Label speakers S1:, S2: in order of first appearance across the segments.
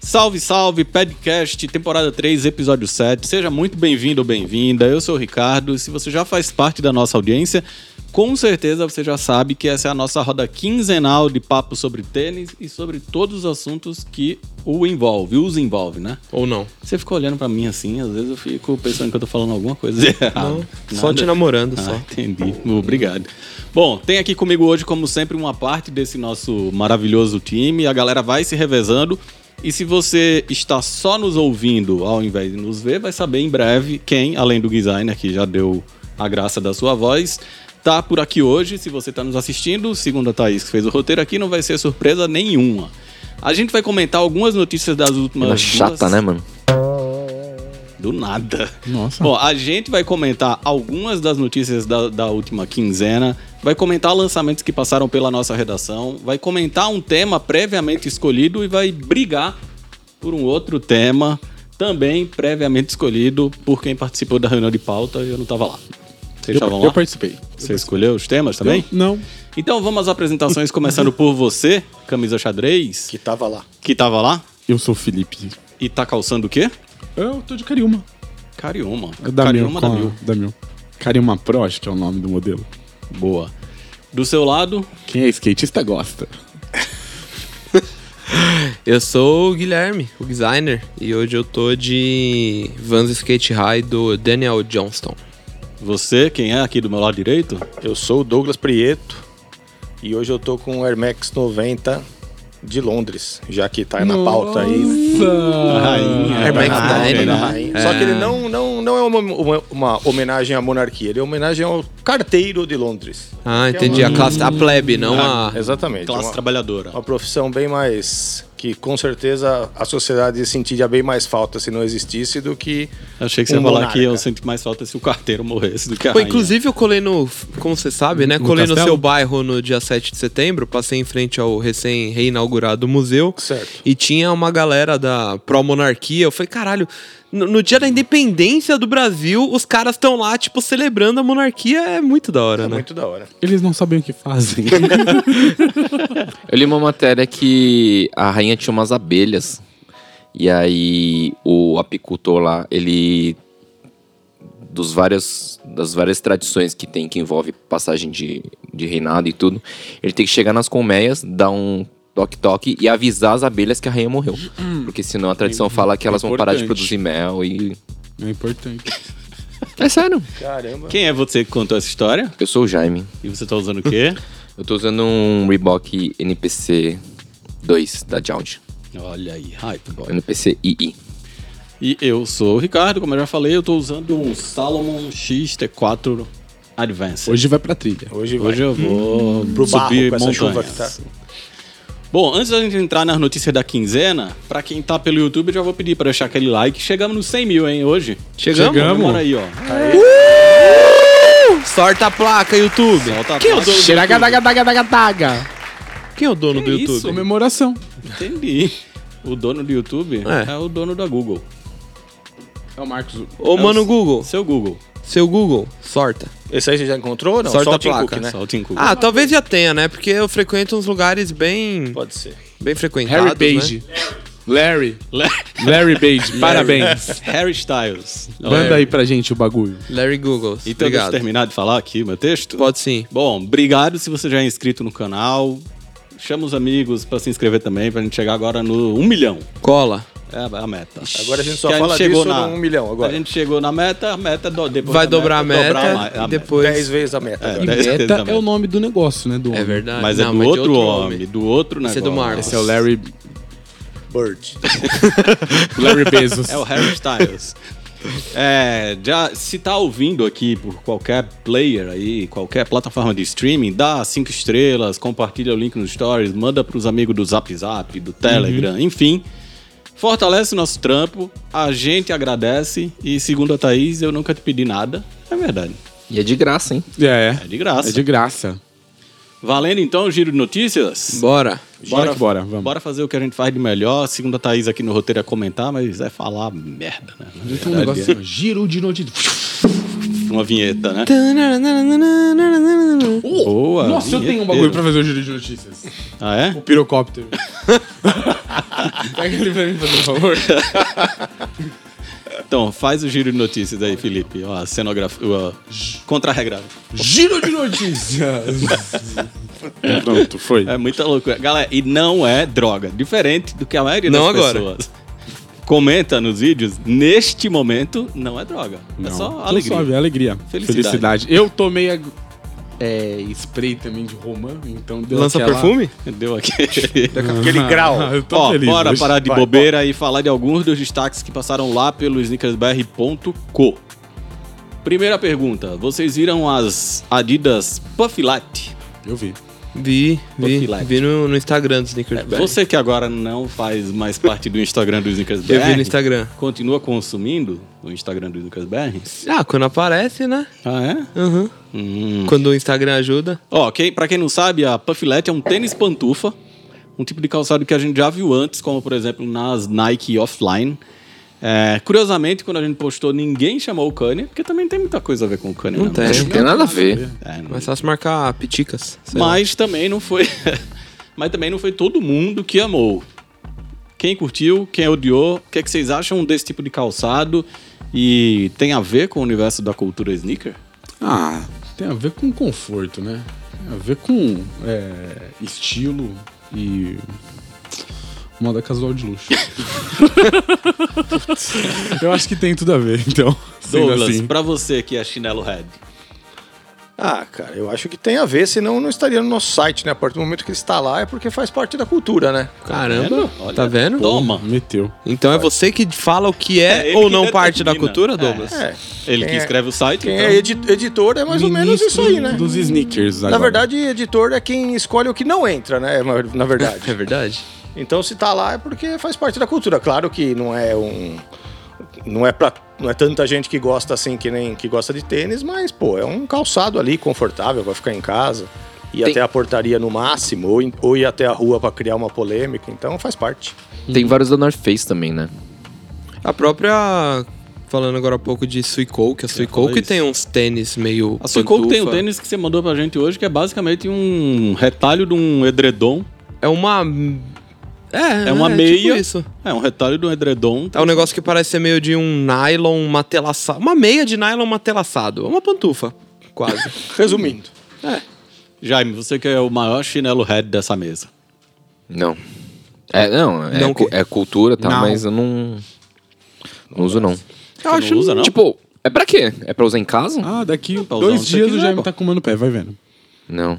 S1: Salve, salve, podcast, temporada 3, episódio 7. Seja muito bem-vindo ou bem-vinda. Eu sou o Ricardo. Se você já faz parte da nossa audiência, com certeza você já sabe que essa é a nossa roda quinzenal de papo sobre tênis e sobre todos os assuntos que o envolve, os envolve, né?
S2: Ou não?
S1: Você fica olhando pra mim assim, às vezes eu fico pensando que eu tô falando alguma coisa errada.
S2: Não, só te namorando,
S1: Ah,
S2: só.
S1: entendi. Obrigado. Bom, tem aqui comigo hoje, como sempre, uma parte desse nosso maravilhoso time. A galera vai se revezando. E se você está só nos ouvindo ao invés de nos ver, vai saber em breve quem, além do designer que já deu a graça da sua voz, tá por aqui hoje. Se você está nos assistindo, segundo a Thaís que fez o roteiro aqui, não vai ser surpresa nenhuma. A gente vai comentar algumas notícias das últimas.
S3: Ela é chata,
S1: duas-
S3: né, mano?
S1: Do nada.
S4: Nossa.
S1: Bom, a gente vai comentar algumas das notícias da, da última quinzena, vai comentar lançamentos que passaram pela nossa redação, vai comentar um tema previamente escolhido e vai brigar por um outro tema também previamente escolhido por quem participou da reunião de pauta e eu não tava lá. Vocês estavam
S4: eu, eu
S1: lá?
S4: participei.
S1: Você escolheu os temas também?
S4: Eu- não.
S1: Então vamos às apresentações, começando por você, camisa xadrez,
S2: Que tava lá.
S1: que tava lá
S4: Eu sou o Felipe.
S1: e tá calçando o quê?
S4: Eu tô de Cariúma.
S1: Cariúma.
S4: É da Mil.
S1: Cariúma
S4: com
S1: da
S4: a-
S1: Mil.
S4: Da Mil. Cariúma Pro, acho que é o nome do modelo.
S1: Boa. Do seu lado,
S4: Quem é skatista gosta.
S2: Eu sou o Guilherme, o designer, e hoje eu tô de Vans Skate High do Daniel Johnston.
S1: Você, quem é aqui do meu lado direito?
S5: Eu sou o Douglas Prieto e hoje eu tô com o Air Max 90 de Londres, já que tá na pauta aí.
S1: Ah, Rainha.
S2: Air Max
S1: da
S2: da
S1: Rainha.
S2: Rainha.
S5: Tá aí. Só que ele não, não, não é uma, uma- uma homenagem à monarquia, ele é uma homenagem ao carteiro de Londres.
S2: Ah, entendi. A, classe, a plebe, não
S5: Ah, é.
S2: a.
S5: Exatamente.
S1: Classe
S5: uma,
S1: trabalhadora.
S5: uma profissão bem mais. que com certeza a sociedade sentiria bem mais falta se não existisse do que.
S1: Achei que você ia
S5: um
S1: falar
S5: monarca.
S1: que eu sinto mais falta se o carteiro morresse do que a
S2: Pô,
S1: rainha.
S2: inclusive eu colei no. Como você sabe, né?
S4: No
S2: colei no
S4: castelo?
S2: seu bairro no dia 7 de setembro, passei em frente ao recém-reinaugurado museu.
S5: Certo.
S2: E tinha uma galera da pró-monarquia. Eu falei, caralho, no, no dia da independência do Brasil, os caras estão lá, tipo, celebrando a monarquia. É muito da hora,
S5: É
S2: né?
S5: muito da hora.
S4: Eles não sabem o que fazem.
S3: Eu li uma matéria que a
S2: Ah.
S3: rainha tinha umas abelhas. E aí o apicultor lá, ele. Dos várias, das várias tradições que tem que envolve passagem de, de reinado e tudo, ele tem que chegar nas colmeias, dar um toque-toque e avisar as abelhas que a rainha morreu. Porque senão a tradição fala que elas vão parar de
S4: Importante.
S3: produzir mel e.
S4: é importante.
S3: É sério.
S5: Caramba.
S1: Quem é você que contou essa história?
S3: Eu sou o Jaime.
S1: E você tá usando o quê?
S3: Eu tô usando um Reebok NPC 2 da Jound.
S1: Olha aí, hype boy.
S3: NPC II.
S1: E eu sou o Ricardo, como eu já falei, eu tô usando um Salomon XT4 Advance.
S4: Hoje vai pra trilha.
S5: Hoje, vai.
S1: Hoje eu vou
S5: pro barro
S1: subir
S5: com essa
S1: montanhas.
S5: chuva que tá.
S1: Bom, antes da gente entrar nas notícias da quinzena, pra quem tá pelo YouTube, eu já vou pedir pra deixar aquele like. Chegamos nos 100 mil, hein, hoje.
S2: Chegamos?
S4: Chegamos.
S1: Comemora aí, ó.
S2: Sorta a placa, YouTube.
S1: Solta a
S2: Quem é o
S1: placa.
S2: dono,
S4: Xeragadagadagadagadaga.
S2: quem é o dono
S1: Que
S2: do
S1: isso,
S2: YouTube?
S4: Comemoração.
S1: Entendi. O dono do YouTube é,
S2: É.
S1: o dono da Google.
S4: É o Marcos.
S2: Ô, mano Google,
S1: Seu Google.
S2: seu Google, sorta.
S5: Esse aí você já encontrou ou não?
S2: Sorte
S5: Só
S2: a
S5: o Tim
S2: placa,
S5: Cook, né?
S1: Só o Tim Cook.
S2: Ah, talvez já tenha, né? Porque eu frequento uns lugares bem,
S5: Pode ser.
S2: bem frequentados,
S4: Harry Page.
S2: né?
S4: Larry. Larry Page. Parabéns.
S1: Harry Styles.
S4: Manda aí pra gente o bagulho.
S2: Larry Google,
S1: Então, deixa eu
S2: obrigado.
S1: terminar de falar aqui meu texto?
S2: Pode sim.
S1: Bom, obrigado se você já é inscrito no canal. Chama os amigos pra se inscrever também, pra gente chegar agora no 1 milhão.
S2: Cola.
S1: É a meta.
S5: Agora a gente só
S1: Que
S5: fala
S1: chegou
S5: disso no um milhão agora.
S1: A gente chegou na meta, a meta do, depois
S2: Vai
S1: da
S2: dobrar a meta,
S1: dobrar mais- a
S2: e
S1: meta.
S2: depois...
S5: 10 vezes a meta.
S1: É,
S5: agora.
S4: E
S1: Dez vezes a
S4: Meta
S1: meta.
S4: é o nome do negócio, né? Do
S2: tá
S4: homem.
S2: É verdade.
S1: Mas é
S2: Não,
S1: do
S2: de
S1: outro, homem, do outro
S2: Esse
S1: negócio.
S2: é do Marcos.
S4: Esse é o Larry,
S5: Bird.
S4: Larry Bezos.
S1: É o Harry Styles. É, já, se tá ouvindo aqui por qualquer player aí, qualquer plataforma de streaming, dá cinco estrelas, compartilha o link nos stories, manda pros amigos do Zap Zap,
S2: Uhum.
S1: do Telegram, enfim. Fortalece o nosso trampo, a gente agradece e segundo a Thaís, eu nunca te pedi nada. É verdade,
S3: E é de graça, hein?
S4: É,
S1: é de graça.
S4: é de graça.
S1: Valendo então o giro de notícias?
S2: Bora.
S4: Bora que bora, vamos.
S1: Bora fazer o que a gente faz de melhor. Segundo a Thaís aqui no roteiro é comentar, mas é falar merda, né? Na
S4: Tem um
S1: verdade,
S4: negócio assim, ó, giro de notícias.
S1: é uma vinheta, né? Boa,
S4: Nossa, eu tenho um bagulho pra fazer o giro de notícias.
S1: Ah, é?
S4: O pirocóptero. Pega ele pra mim, por favor.
S1: Então, faz o giro de notícias aí, Felipe. Ó, a cenografia. ó, Contra-regra.
S4: Giro de notícias.
S5: Pronto, foi.
S1: É muita loucura. Galera, e não é droga. Diferente do que a maioria
S2: Não
S1: das
S2: agora.
S1: pessoas comenta nos vídeos, neste momento não é droga. É
S4: Então
S1: só alegria.
S4: Suave, alegria.
S1: Felicidade.
S4: Eu tomei a- é, spray também de romã, então deu
S2: Lança
S4: aquela- Ah,
S2: perfume?
S1: Deu aquele.
S5: Aquele grau.
S4: Eu tô
S1: Ó,
S4: feliz.
S1: bora
S4: hoje.
S1: parar de
S5: Vai,
S1: bobeira e falar de alguns dos destaques que passaram lá pelo sneakersbr.co. Primeira pergunta, vocês viram as Adidas Puff Light?
S4: Eu vi.
S2: Vi, vi.
S1: Puff Light.
S2: Vi no, no Instagram do Sneakers Bag.
S1: É, Você que agora não faz mais parte do Instagram do Sneakers BR,
S2: Eu vi no Instagram.
S1: continua consumindo o Instagram do Sneakers BR?
S2: Ah, quando aparece, né?
S1: Ah, é?
S2: Uhum.
S1: Hum.
S2: Quando o Instagram ajuda.
S1: Ó, quem, pra quem não sabe, a pufflet é um tênis pantufa, um tipo de calçado que a gente já viu antes, como por exemplo nas Nike Offline. É, curiosamente, quando a gente postou, ninguém chamou o Kanye, porque também tem muita coisa a ver com o Kanye.
S2: Não
S1: né?
S2: tem.
S3: Acho que não tem nada a ver.
S1: É, não-
S2: Mas só se marcar piticas. sei lá.
S1: Mas também não foi. Mas também não foi todo mundo que amou. Quem curtiu, quem odiou, o que, é que vocês acham desse tipo de calçado? E tem a ver com o universo da cultura sneaker?
S4: Ah, tem a ver com conforto, né? Tem a ver com é, estilo e moda casual de luxo. Eu acho que tem tudo a ver, então. sendo
S1: Douglas,
S4: assim.
S1: pra você que é chinelo head.
S5: Ah, cara, eu acho que tem a ver, senão não estaria no nosso site, né? A partir do momento que ele está lá é porque faz parte da cultura, né?
S2: Caramba,
S1: Olha,
S2: tá vendo?
S1: Toma.
S4: meteu.
S2: Então é você que fala o que
S1: É,
S2: é,
S1: ele que
S2: ou não
S1: determina.
S2: parte da cultura, Douglas?
S5: É.
S1: Ele que
S5: Quem é-
S1: escreve o site,
S5: Quem
S1: então.
S5: é edi- editor é mais ou menos isso
S4: Ministro
S5: aí, né?
S4: Dos sneakers.
S5: Na verdade, editor é quem escolhe o que não entra, né? Na verdade.
S2: É verdade.
S5: Então, se tá lá é porque faz parte da cultura. Claro que não é um. Não é, pra, não é tanta gente que gosta assim, que nem que gosta de tênis, mas, pô, é um calçado ali confortável pra ficar em casa. Ir
S3: Tem-
S5: até a portaria no máximo, ou, in- ou ir até a rua pra criar uma polêmica. Então, faz parte.
S3: Tem vários da North Face também, né?
S2: A própria. Falando agora há pouco de Suicoke, a Suicoke
S1: falar
S2: tem uns tênis meio.
S1: A Suicoco tem um
S2: pantufa.
S1: tênis que você mandou pra gente hoje, que é basicamente um retalho de um edredom.
S2: É uma. É,
S5: Ah,
S1: É uma
S2: tipo
S1: meia.
S2: isso.
S1: É, um retalho de um edredom.
S2: É um negócio que parece ser meio de um nylon matelaçado. Uma meia de nylon matelaçado. É uma pantufa, quase.
S5: Resumindo.
S1: Jaime, você que é o maior chinelo head dessa mesa.
S3: Não. É, não, é,
S2: Não
S3: cu-
S2: o quê?
S3: é cultura e tal,
S4: Não.
S3: mas eu não. Não uso, não.
S1: Eu você não usa, não?
S3: Tipo, é pra quê? É pra usar em casa?
S4: Ah, daqui
S1: pra usar
S5: um
S4: dois
S1: onde você
S4: dias o
S1: quiser,
S4: Jaime
S1: pô.
S5: né,
S4: tá comendo pé, vai vendo.
S3: Não.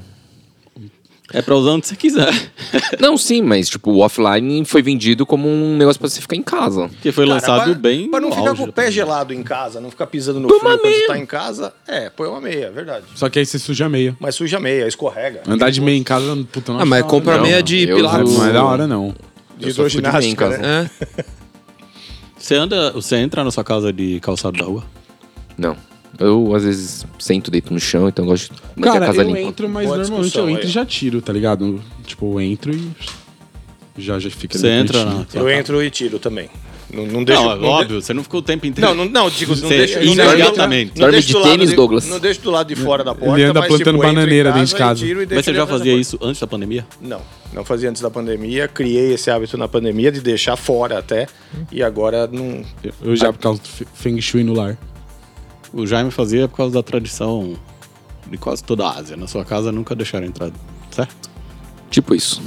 S1: É pra usar onde você quiser.
S3: Não, sim, mas tipo, o offline foi vendido como um negócio pra você ficar em casa.
S1: Porque foi lançado
S5: pra,
S1: bem.
S5: Pra não
S1: no
S5: ficar
S1: auge
S5: com o
S1: da
S5: pé
S1: pandemia.
S5: gelado em casa, não ficar pisando no
S3: Põe uma
S5: frio quando
S3: né? meia.
S5: você tá em casa. É, põe uma meia, é verdade.
S4: Só que aí você suja a meia.
S5: Mas suja a meia, escorrega.
S4: Andar de meia em casa, puta, não
S2: ah,
S4: acho
S2: mas
S4: da hora,
S2: compra
S4: não.
S2: meia
S3: não.
S2: de
S3: Eu
S4: Ah,
S2: pilates.
S4: Não é da hora, não.
S3: Eu só fico de meia em
S5: Hidroginástica,
S3: casa.
S5: né?
S2: É.
S1: Você, anda, você entra na sua casa de calçado da rua?
S3: Não. Eu, às vezes, sento, deito no chão, então eu gosto de manter a
S4: Cara,
S3: casa
S4: eu
S3: limpa.
S4: entro, mas
S5: Boa
S4: normalmente eu
S5: discussão,
S4: entro
S5: aí,
S4: e
S5: ó.
S4: já tiro, tá ligado? Tipo, eu entro e já, já fica...
S1: Você
S4: ali
S1: entra na.
S4: bonitinho.
S1: sua
S5: Eu
S3: tá.
S1: casa.
S5: entro e tiro também. Não, não deixo.
S1: Não, é
S5: não de-
S1: óbvio, você não ficou o tempo inteiro.
S5: Não, não, não, digo, não
S1: Você
S5: deixo.
S1: imediatamente.
S5: Não
S3: Dorme
S5: deixo
S3: de
S5: do lado
S3: tênis, Douglas.
S5: Não deixo do lado de fora da porta.
S4: Ele anda
S5: mas,
S4: plantando
S5: tipo, eu entro em
S4: bananeira dentro de
S5: e
S4: casa.
S5: tiro e
S1: Mas
S5: deixo
S1: você
S5: ele
S1: já
S5: atrás da
S1: fazia
S5: porta.
S1: isso antes da pandemia?
S5: Não, não fazia antes da pandemia. Criei esse hábito na pandemia de deixar fora até. E agora não.
S4: Eu já por causa do fe- Feng Shui no lar.
S1: O Jaime fazia por causa da tradição de quase toda a Ásia. Na sua casa nunca deixaram entrar, certo?
S3: Tipo isso.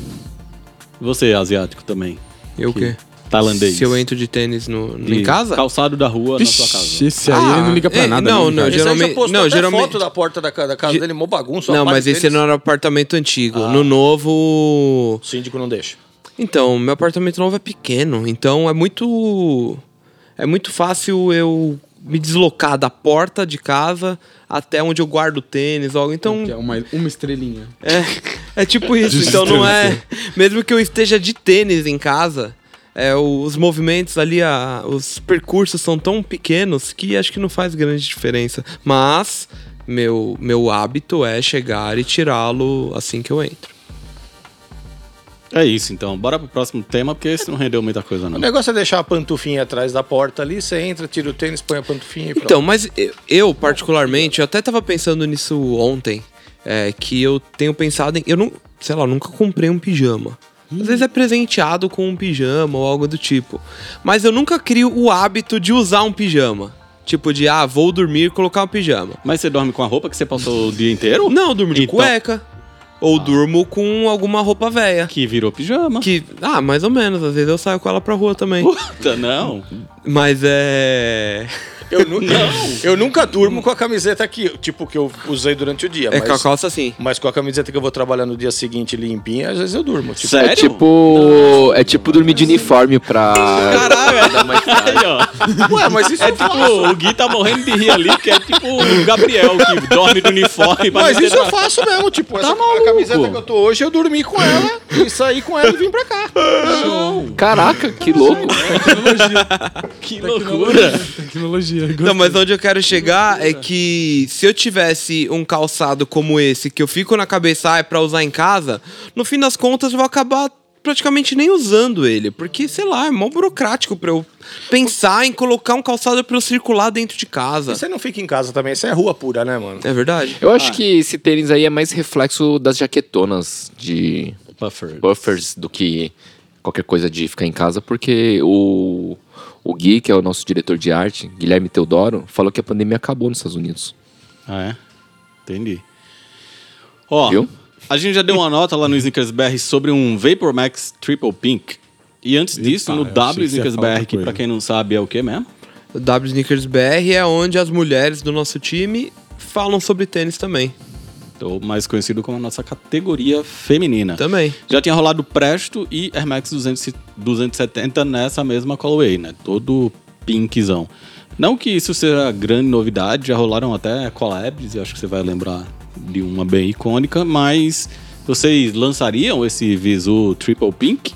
S1: E Você, asiático também.
S2: Eu o quê?
S1: tá. Tailandês.
S2: Se eu entro de tênis no,
S1: De
S2: em casa?
S1: Calçado da rua na sua
S4: Vixe,
S1: casa.
S4: esse aí
S2: Ah,
S4: ele não liga pra
S2: ei,
S4: nada.
S2: não,
S4: né,
S2: não,
S4: cara?
S2: já- geralmente-
S5: Esse aí já postou
S2: não,
S5: até
S2: geralmente-
S5: foto da porta da, ca- da casa
S2: Ge-
S5: dele, mó bagunça.
S2: Não,
S5: a parte
S2: mas esse
S5: deles. Ah.
S2: não era apartamento antigo. No novo.
S5: O síndico não deixa.
S2: Então, meu apartamento novo é pequeno, então é muito. É muito fácil eu me deslocar da porta de casa até onde eu guardo o tênis, algo.
S5: um
S2: Então,
S4: Que é uma, uma estrelinha.
S2: é, é tipo isso. Então não é. Mesmo que eu esteja de tênis em casa, é, o- os movimentos ali, a- os percursos são tão pequenos que acho que não faz grande diferença. Mas meu, meu hábito é chegar e tirá-lo assim que eu entro.
S1: É isso, então. Bora pro próximo tema, porque esse não rendeu muita coisa, não.
S5: O negócio é deixar a pantufinha atrás da porta ali. Você entra, tira o tênis, põe a pantufinha e pronto.
S2: Então, mas eu, eu, particularmente, eu até tava pensando nisso ontem, é, que eu tenho pensado em. Eu não, sei lá, eu nunca comprei um pijama. Às vezes é presenteado com um pijama ou algo do tipo. Mas eu nunca crio o hábito de usar um pijama. Tipo de, ah, vou dormir e colocar um pijama.
S1: Mas você dorme com a roupa que você passou o dia inteiro?
S2: Não, eu durmo de
S1: Então-
S2: cueca. Ou durmo com alguma roupa velha.
S1: Que virou pijama.
S2: Que, ah, mais ou menos. Às vezes eu saio com ela pra rua também.
S1: Puta, não.
S2: Mas é.
S5: Eu, nu- eu nunca durmo com a camiseta que, tipo, que eu usei durante o dia.
S2: É
S5: mas,
S2: com a calça assim.
S5: mas com a camiseta que eu vou trabalhar no dia seguinte limpinha, às vezes eu durmo. Tipo,
S1: Sério?
S3: É tipo. É tipo dormir de uniforme pra.
S2: é.
S3: Caralho,
S1: Aí, ó.
S5: Ué, mas isso
S1: É tipo, o Gui tá morrendo de rir ali, que é tipo o Gabriel que dorme do uniforme. pra
S5: Mas
S1: não ter
S5: isso eu faço mesmo, tipo, essa a camiseta que eu tô hoje, eu dormi com ela e saí com ela e vim pra cá.
S3: Caraca, que louco.
S1: Que loucura.
S4: Tecnologia.
S2: Não, mas onde eu quero chegar é que se eu tivesse um calçado como esse, que eu fico na cabeça ah, é pra usar em casa, no fim das contas eu vou acabar praticamente nem usando ele. Porque, sei lá, é mó burocrático pra eu pensar em colocar um calçado pra eu circular dentro de casa.
S5: Você não fica em casa também, isso é rua pura, né, mano?
S2: É verdade?
S3: Eu acho que esse tênis aí é mais reflexo das jaquetonas de
S1: Buffer.
S3: buffers do que qualquer coisa de ficar em casa, porque o, o Gui, que é o nosso diretor de arte, Guilherme Teodoro, falou que a pandemia acabou nos Estados Unidos.
S1: Ah, é? Entendi. Ó,
S3: Viu?
S1: a gente já deu uma nota lá no Snickersbr sobre um Vapor Max Triple Pink. E antes disso, no
S4: eu achei
S1: W
S4: que você ia falar
S1: Snickersbr,
S4: outra
S1: que pra
S4: coisa.
S1: quem não sabe é o que mesmo?
S2: O W Sneakers BR é onde as mulheres do nosso time falam sobre tênis também.
S1: Ou mais conhecido como a nossa categoria feminina.
S4: Tá
S2: Também.
S1: Já tinha rolado Presto e Air Max 200 270 nessa mesma colorway, né? Todo pinkzão. Não que isso seja grande novidade, já rolaram até collabs, eu acho que você vai lembrar de uma bem icônica, mas vocês lançariam esse Visu Triple Pink?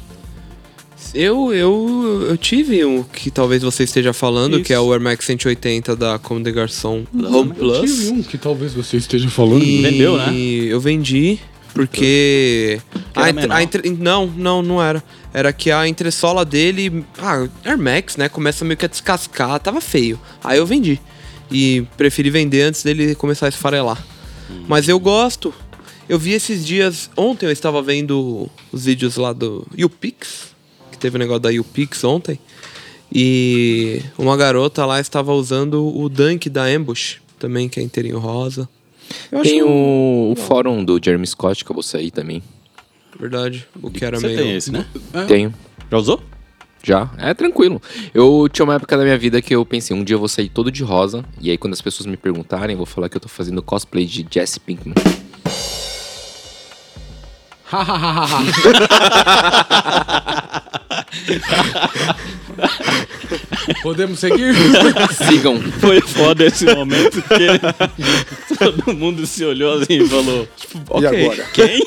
S2: Eu, eu, eu tive o que talvez você esteja falando,
S1: Isso.
S2: que é o Air Max 180 da Comme des Garçons Home
S4: Eu
S2: Plus.
S4: tive um que talvez você esteja falando.
S2: E
S1: Vendeu, né?
S2: Eu vendi porque.
S1: era
S2: a entre-
S1: menor.
S2: a entre- não, não, não era. Era que a entressola dele. Ah, Air Max, né? Começa meio que a descascar, tava feio. Aí eu vendi. E preferi vender antes dele começar a esfarelar.
S1: Hum.
S2: Mas eu gosto. Eu vi esses dias. Ontem eu estava vendo os vídeos lá do YouPix, que teve o negócio da YouPix ontem. E uma garota lá estava usando o Dunk da Ambush, também, que é inteirinho rosa. Eu
S3: Tem
S2: acho
S3: o, o fórum do Jeremy Scott, que eu vou sair também.
S2: Verdade. O que era
S1: Você
S2: meio.
S1: tem esse, né?
S3: Tenho.
S1: Já usou?
S3: Já, é tranquilo. Eu tinha uma época da minha vida que eu pensei, um dia eu vou sair todo de rosa, e aí quando as pessoas me perguntarem, eu vou falar que eu tô fazendo cosplay de Jesse Pinkman.
S4: Podemos seguir?
S3: Sigam.
S1: Foi foda esse momento, porque todo mundo se olhou assim e falou...
S5: E agora?
S1: Quem?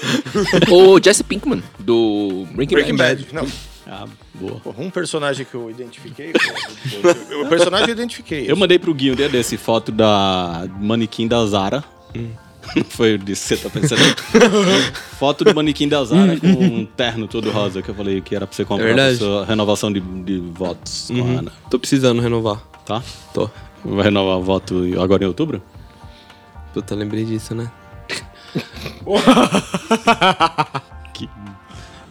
S3: o Jesse Pinkman, do Breaking,
S5: Breaking
S3: Bad.
S5: Bad. Não,
S1: Ah, boa.
S5: porra, um personagem que eu identifiquei. o- o- O personagem eu identifiquei.
S1: Eu mandei pro Gui um dia desse foto da manequim da Zara. Não foi disso que você tá pensando. foto do manequim da Zara com um terno todo rosa que eu falei que era pra você comprar
S2: É verdade.
S1: pra sua renovação de, de votos com a Ana,
S2: Tô precisando renovar.
S1: tá?
S2: Tô.
S1: Vai renovar o voto agora em outubro?
S2: Puta, lembrei disso, né?
S1: Que...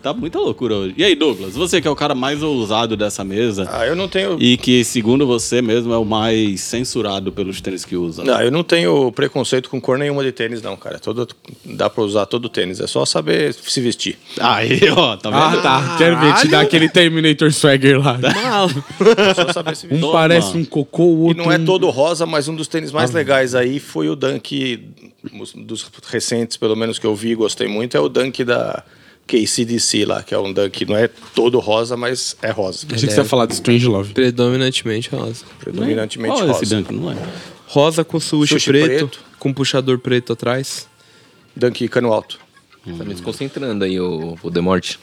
S1: Tá muita loucura hoje. E aí, Douglas, você que é o cara mais ousado dessa mesa
S5: Ah, eu não tenho.
S1: e que, segundo você mesmo, é o mais censurado pelos tênis que usa.
S5: Não, eu não tenho preconceito com cor nenhuma de tênis, não, cara. Todo, dá pra usar todo tênis, é só saber se vestir.
S1: Aí, ó, tá vendo?
S4: Ah, tá. Quero ver te dar aquele Terminator Swagger lá.
S1: Tá.
S2: Mal.
S5: É só saber se
S4: Um
S5: vestir.
S4: parece um cocô, o
S5: E
S4: outro.
S5: não é
S4: um-
S5: todo rosa, mas um dos tênis mais legais aí foi o Dunk, os- dos recentes, pelo menos que eu vi e gostei muito, é o Dunk da KCDC lá, que é um Dunk, não é todo rosa, mas é rosa.
S4: Achei que você ia falar de Strange Love.
S2: Predominantemente rosa.
S5: Predominantemente
S1: Qual é esse
S5: rosa.
S1: Dunk? Não lembro.
S2: Rosa com sushi,
S5: Sushi
S2: preto,
S5: preto.
S2: com puxador preto atrás.
S5: Dunk cano alto.
S3: Tá me desconcentrando aí, o Voldemort.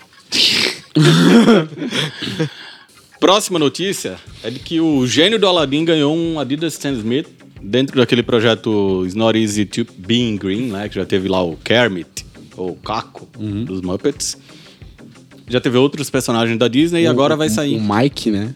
S1: Próxima notícia é de que o gênio do Aladdin ganhou um Adidas Stan Smith dentro daquele projeto It's Not Easy to Being Green, né? Que já teve lá o Kermit, ou Caco,
S4: Uhum.
S1: dos Muppets. Já teve outros personagens da Disney e agora vai sair
S4: O Mike, né?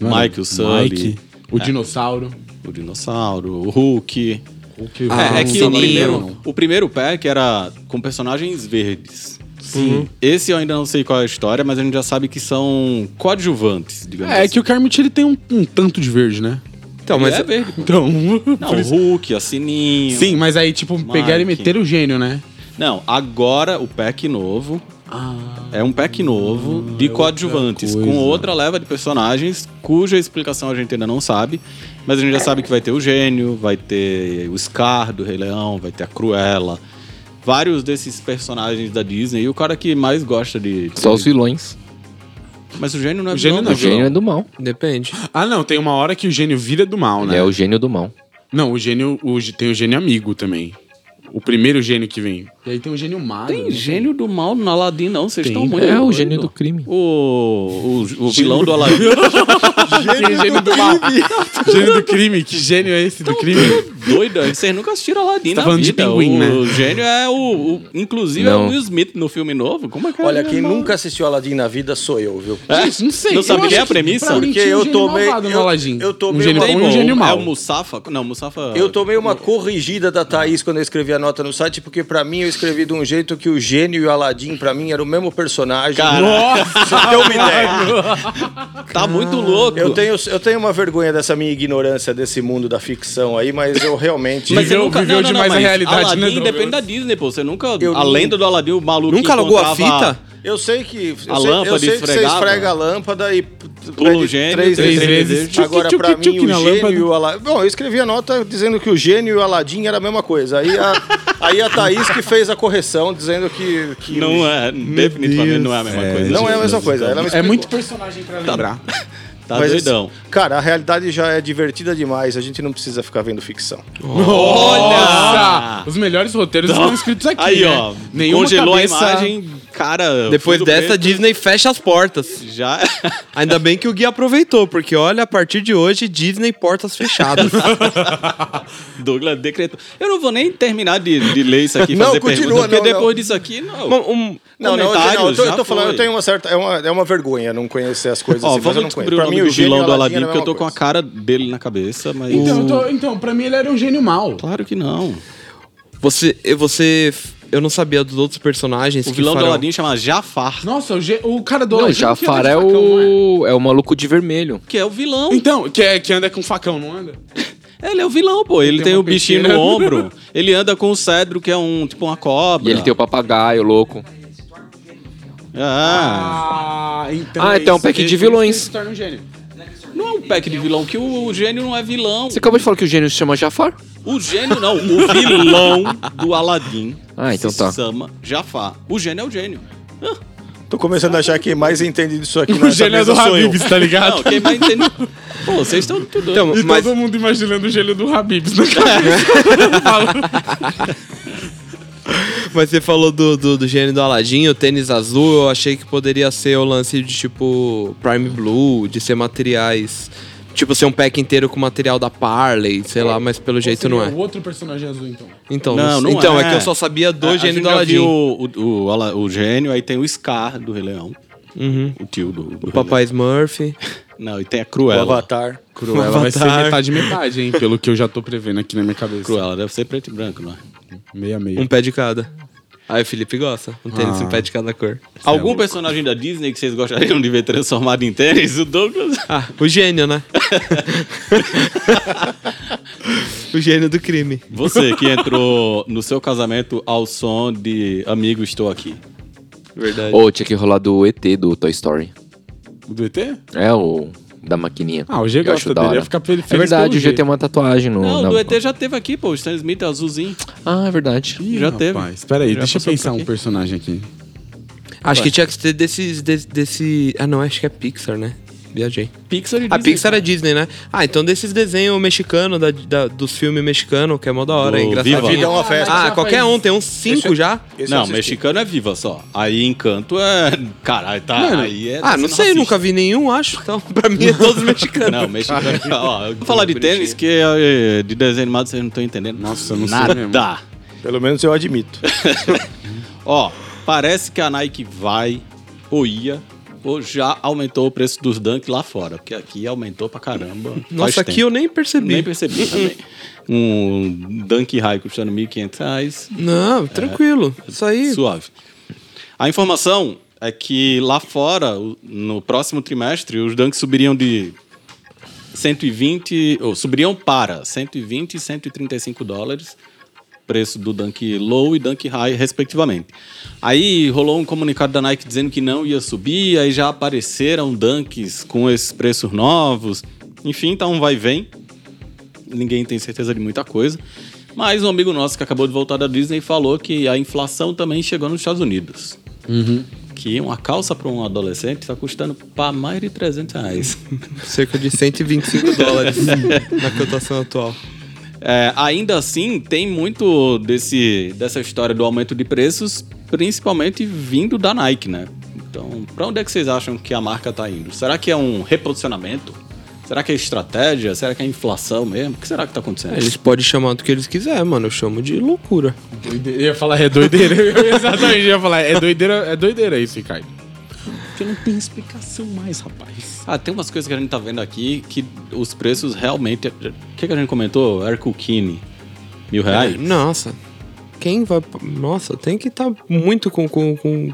S4: Não
S1: Mike,
S4: era?
S1: o Sully.
S4: Mike, o dinossauro.
S1: o Dinossauro, o Hulk.
S4: O que
S2: Ah,
S1: é, é
S2: um
S1: que o
S2: sininho.
S1: primeiro, o primeiro pack era com personagens verdes. Sim. Esse eu ainda não sei qual é a história, mas a gente já sabe que são coadjuvantes, digamos
S4: É,
S1: assim.
S4: que o Kermit ele tem um, um tanto de verde, né?
S2: Então, mas
S1: Ele é verde.
S4: Então.
S1: Não,
S4: por
S1: o
S4: isso-
S1: Hulk, a Sininho.
S4: Sim, mas aí, tipo, pegaram e
S1: Mark.
S4: meteram o gênio, né?
S1: Não, agora o pack novo.
S4: Ah.
S1: é um pack novo de coadjuvantes,
S4: É coisa.
S1: com outra leva de personagens, cuja explicação a gente ainda não sabe. Mas a gente já sabe que vai ter o Gênio, vai ter o Scar do Rei Leão, vai ter a Cruella. Vários desses personagens da Disney. E o cara que mais gosta de.
S3: Só os vilões.
S1: Mas o Gênio não é
S4: O Gênio
S1: vilão,
S4: não
S3: O
S1: né?
S3: gênio é do mal.
S2: depende.
S4: Ah, não, tem uma hora que o gênio vira do mal,
S3: Ele
S4: né?
S3: é o gênio do mal.
S4: Não, o gênio. O, gê- tem o gênio amigo também. O primeiro gênio que vem. E aí tem o gênio mago. né?
S1: Tem Gênio do Mal no Aladdin, não. Vocês
S4: Tem.
S1: estão muito.
S3: É o
S1: doido.
S3: gênio do crime.
S1: O, o, o vilão do Aladdin.
S4: Tem gênio do mal. gênio do crime? Que gênio é esse
S5: Então,
S4: do crime?
S1: Então, Doido, é? vocês nunca assistiram Aladdin
S4: Você tá
S1: na
S4: falando de
S1: vida.
S4: pinguim,
S1: o,
S4: né?
S1: o gênio é o, o- Inclusive é
S3: Não.
S1: o Will Smith no filme novo. Como é que é?
S5: Olha, quem
S1: Não-
S5: nunca assistiu Aladdin na vida sou eu, viu?
S1: É?
S4: Gente, não sei.
S1: Não
S4: Eu
S1: sabe
S4: acho
S1: nem a
S4: que, pra
S1: premissa?
S4: mim,
S5: Porque
S4: tinha um
S5: eu
S4: gênio
S5: tomei-
S4: malvado no
S5: eu-
S4: Aladdin.
S5: eu tomei
S4: um gênio
S5: uma-
S4: bom
S1: Tem
S4: e
S1: bom,
S4: um gênio
S1: É
S4: mal.
S1: o Mustafa. Não, Mustafa.
S5: Eu tomei uma corrigida da Thaís quando eu escrevi a nota no site, porque pra mim eu escrevi de um jeito que o gênio e o Aladdin, pra mim, era o mesmo personagem. Nossa! Você tem uma ideia.
S1: Tá muito louco.
S5: Ah, Eu tenho, eu tenho uma vergonha dessa minha ignorância desse mundo da ficção aí, mas eu realmente.
S1: Mas
S4: Viveu-
S1: você nunca
S4: viveu demais a
S1: mas
S4: realidade,
S1: Aladdin
S4: né, Douglas?
S1: depende da Disney, pô. Você nunca.
S5: Eu
S1: a
S5: não-
S1: lenda do Aladdin, o maluco.
S2: Nunca alugou a
S1: encontrava-
S2: fita?
S5: Eu sei que. Eu
S1: A
S5: sei,
S1: lâmpada
S5: eu sei que você
S1: esfregava.
S5: esfrega a lâmpada e. p-
S1: Pula o
S5: pede
S1: gênio,
S5: Três,
S1: três
S5: vezes.
S1: vezes.
S4: Tchuc,
S5: Agora,
S4: tchuc,
S5: pra
S4: tchuc
S5: mim, o
S4: na
S5: gênio
S4: lâmpada.
S5: e o Aladim. Bom, eu escrevi a nota dizendo que o gênio e o Aladim era a mesma coisa. Aí a, aí a Thaís que fez a correção dizendo que. que
S1: Não é. Definitivamente não é a mesma coisa.
S5: Não é a mesma coisa. Ela me
S4: É
S5: explicou.
S4: muito personagem pra lembrar.
S1: Tá
S5: Mas,
S1: doidão.
S5: Cara, a realidade já é divertida demais. A gente não precisa ficar vendo ficção.
S1: Olha!
S4: Nossa! Os melhores roteiros estão escritos aqui.
S1: Ah! Aí,
S4: né?
S1: ó.
S4: Nenhuma
S1: congelou
S4: cabeça-
S1: a imagem, cara.
S2: Depois
S1: fundo
S2: dessa, a
S1: preto,
S2: Disney fecha as portas.
S1: Já.
S2: Ainda bem que o Gui aproveitou, porque olha, a partir de hoje, Disney portas fechadas.
S1: Douglas decretou. Eu não vou nem terminar de, de ler isso aqui e
S5: Não,
S1: fazer
S5: continua,
S1: pergunta, porque
S5: não, não.
S1: depois disso aqui, não.
S2: Um- um-
S5: Não, não,
S1: Comentários,
S5: não, eu tô, eu
S1: já
S5: tô falando,
S1: foi.
S5: eu tenho uma certa. É uma, é uma vergonha não conhecer as coisas
S1: Ó,
S5: assim, mas eu
S1: vamos
S5: não
S1: descobrir
S5: conheço.
S1: o
S5: Pra
S1: nome
S5: mim, o
S1: do
S5: gênio
S1: vilão
S5: e
S1: do
S5: o Aladim
S1: Aladdin,
S5: era a
S1: porque eu tô
S5: mesma
S1: com a
S5: é coisa.
S1: cara dele na cabeça, mas.
S4: Então, eu tô- então, pra mim ele era um gênio mal.
S1: Claro que não.
S2: Você, eu- você, eu não sabia dos outros personagens
S1: O
S2: que
S1: vilão do
S2: farão.
S1: Aladdin chama Jafar,
S4: Nossa, o, gê- o cara do
S3: Não,
S4: Aladdin
S3: já
S4: que anda de
S3: é
S4: facão, não é?
S3: o... É o maluco de vermelho.
S1: que é o vilão.
S4: Então, que, é, que anda com facão, não anda?
S1: Ele é o vilão, pô. Ele
S4: tem
S1: tem,
S4: uma
S1: o bichinho
S4: peixeira.
S1: no ombro. Ele anda com o cedro, que é um tipo uma cobra.
S3: E ele tem o papagaio louco.
S1: Ah.
S4: Ah, então.
S3: Ah, então é um
S4: isso,
S3: pack
S4: ele-
S3: de vilões.
S4: ele se torna um gênio.
S1: Não é um pack de vilão, que o, o gênio não é vilão.
S3: Você acabou de falar que o gênio se chama Jafar?
S1: O gênio não. O vilão do Aladdin.
S3: Ah, então
S1: se
S3: tá.
S1: chama Jafar. O gênio é o gênio. Ah.
S5: Tô começando a achar que mais entende disso aqui.
S4: O
S5: nessa
S4: gênio é
S5: mesa
S4: do
S5: sou eu.
S4: Habibs, tá ligado?
S1: Não, quem vai entender. Pô, vocês estão tudo doido.
S2: Então,
S4: E
S2: mas
S4: todo mundo imaginando o gênio do Habibs né? na cabeça.
S2: Mas você falou do, do, do gênio do Aladim, o tênis azul, eu achei que poderia ser o lance de tipo Prime Blue, de ser materiais. Tipo, ser um pack inteiro com material da Parley, sei lá, mas pelo jeito não é.
S4: O outro personagem azul, então.
S2: Então,
S1: Não, não
S2: então é.
S1: é.
S2: que eu só sabia do
S1: A- a
S2: gênio
S1: gente
S2: do
S1: já
S2: Aladim.
S1: viu O, o, o, Ala- o gênio, aí tem o Scar do Rei Leão.
S2: Uhum.
S1: O tio do, do
S2: O Papai Smurf.
S1: Rei Leão. Não, e tem a
S5: O
S1: Cruella.
S5: Avatar.
S4: Cruella vai ser
S2: Avatar.
S4: metade metade, hein? Pelo que eu já tô prevendo aqui na minha cabeça.
S1: Cruella deve ser preto e branco, não é?
S4: Meia meia.
S2: Um pé de cada. Aí o Felipe gosta. Um tênis, um pé de cada cor.
S1: Algum personagem da Disney que vocês gostariam de ver transformado em tênis? O Douglas.
S2: Ah, o gênio, né? o gênio do crime.
S1: Você que entrou no seu casamento ao som de Amigo Estou Aqui.
S2: Verdade.
S3: Ou tinha que rolar do ET do Toy Story.
S4: O do ET?
S3: É o da maquininha.
S4: Ah, o G
S3: Eu acho
S4: gosta
S3: da
S4: dele.
S3: hora.
S4: Ia ficar feliz
S3: É verdade, o G
S4: jeito
S3: tem uma tatuagem no.
S1: Não,
S3: na-
S1: do ET já teve aqui, pô. O Stan Smith é azulzinho.
S3: Ah, é verdade.
S1: Já teve.
S4: Espera aí,
S1: Já
S4: deixa eu
S1: passou
S4: pensar
S1: por
S4: um
S1: aqui.
S4: personagem aqui.
S2: Acho que tinha que ter desses, desse, desse. Ah, não, acho que é Pixar, né? Viajei.
S1: Pixar e
S2: A
S1: Disney,
S2: Pixar é Disney, né? Ah, então desses desenhos mexicanos, da, da- dos filmes mexicanos, que é mó da hora,
S1: Do
S2: é engraçadinho.
S1: Viva. Vida
S5: é uma festa.
S2: Ah,
S4: Já
S2: qualquer
S4: faz-
S2: um, tem uns cinco já.
S5: Esse eu
S1: Não,
S5: assisti.
S1: mexicano é viva só. Aí encanto é. Caralho, tá. aí é
S2: Ah, não
S1: sendo
S2: sei,
S1: racista.
S2: nunca vi nenhum, acho. Então, pra mim é todos mexicanos.
S1: Não, mexicano. é Ó, vou falar de tênis, que é, de desenho animado vocês não estão entendendo.
S4: Nossa, eu não sei
S1: Nada.
S4: mesmo.
S5: Pelo menos eu admito.
S1: Ó, parece que a Nike vai, ou ia, ou já aumentou o preço dos Dunk lá fora. Porque aqui aumentou pra caramba.
S2: Nossa, aqui eu nem percebi.
S1: Nem percebi também. Um Dunk High custando 1.500 reais, É,
S2: Não, tranquilo. Isso aí.
S1: suave. A informação é que lá fora, o- no próximo trimestre, os dunks subiriam de 120, ou subiriam para 120 e 135 dólares, preço do Dunk Low e Dunk High, respectivamente. Aí rolou um comunicado da Nike dizendo que não ia subir, aí já apareceram Dunks com esses preços novos. Enfim, tá um vai e vem. Ninguém tem certeza de muita coisa. Mas um amigo nosso que acabou de voltar da Disney falou que a inflação também chegou nos Estados Unidos. Que uma calça para um adolescente está custando para mais de 300 reais.
S2: Cerca de 125 dólares na cotação atual.
S1: É, ainda assim, tem muito desse, dessa história do aumento de preços, principalmente vindo da Nike, né? Então, para onde é que vocês acham que a marca tá indo? Será que é um reposicionamento? Será que é estratégia? Será que é inflação mesmo? O que será que tá acontecendo?
S2: Eles podem chamar do que eles quiserem, mano. Eu chamo de loucura.
S4: Doide- Eu ia falar, é doideira. Eu ia- Exatamente, eu ia falar, é doideira, é doideira isso, Ricardo. Porque não tem explicação mais, rapaz.
S1: Ah, tem umas coisas que a gente tá vendo aqui que os preços realmente. O que, que a gente comentou? Herculkine. Mil reais?
S2: Nossa. Quem vai. Nossa, tem que estar muito com, com, com,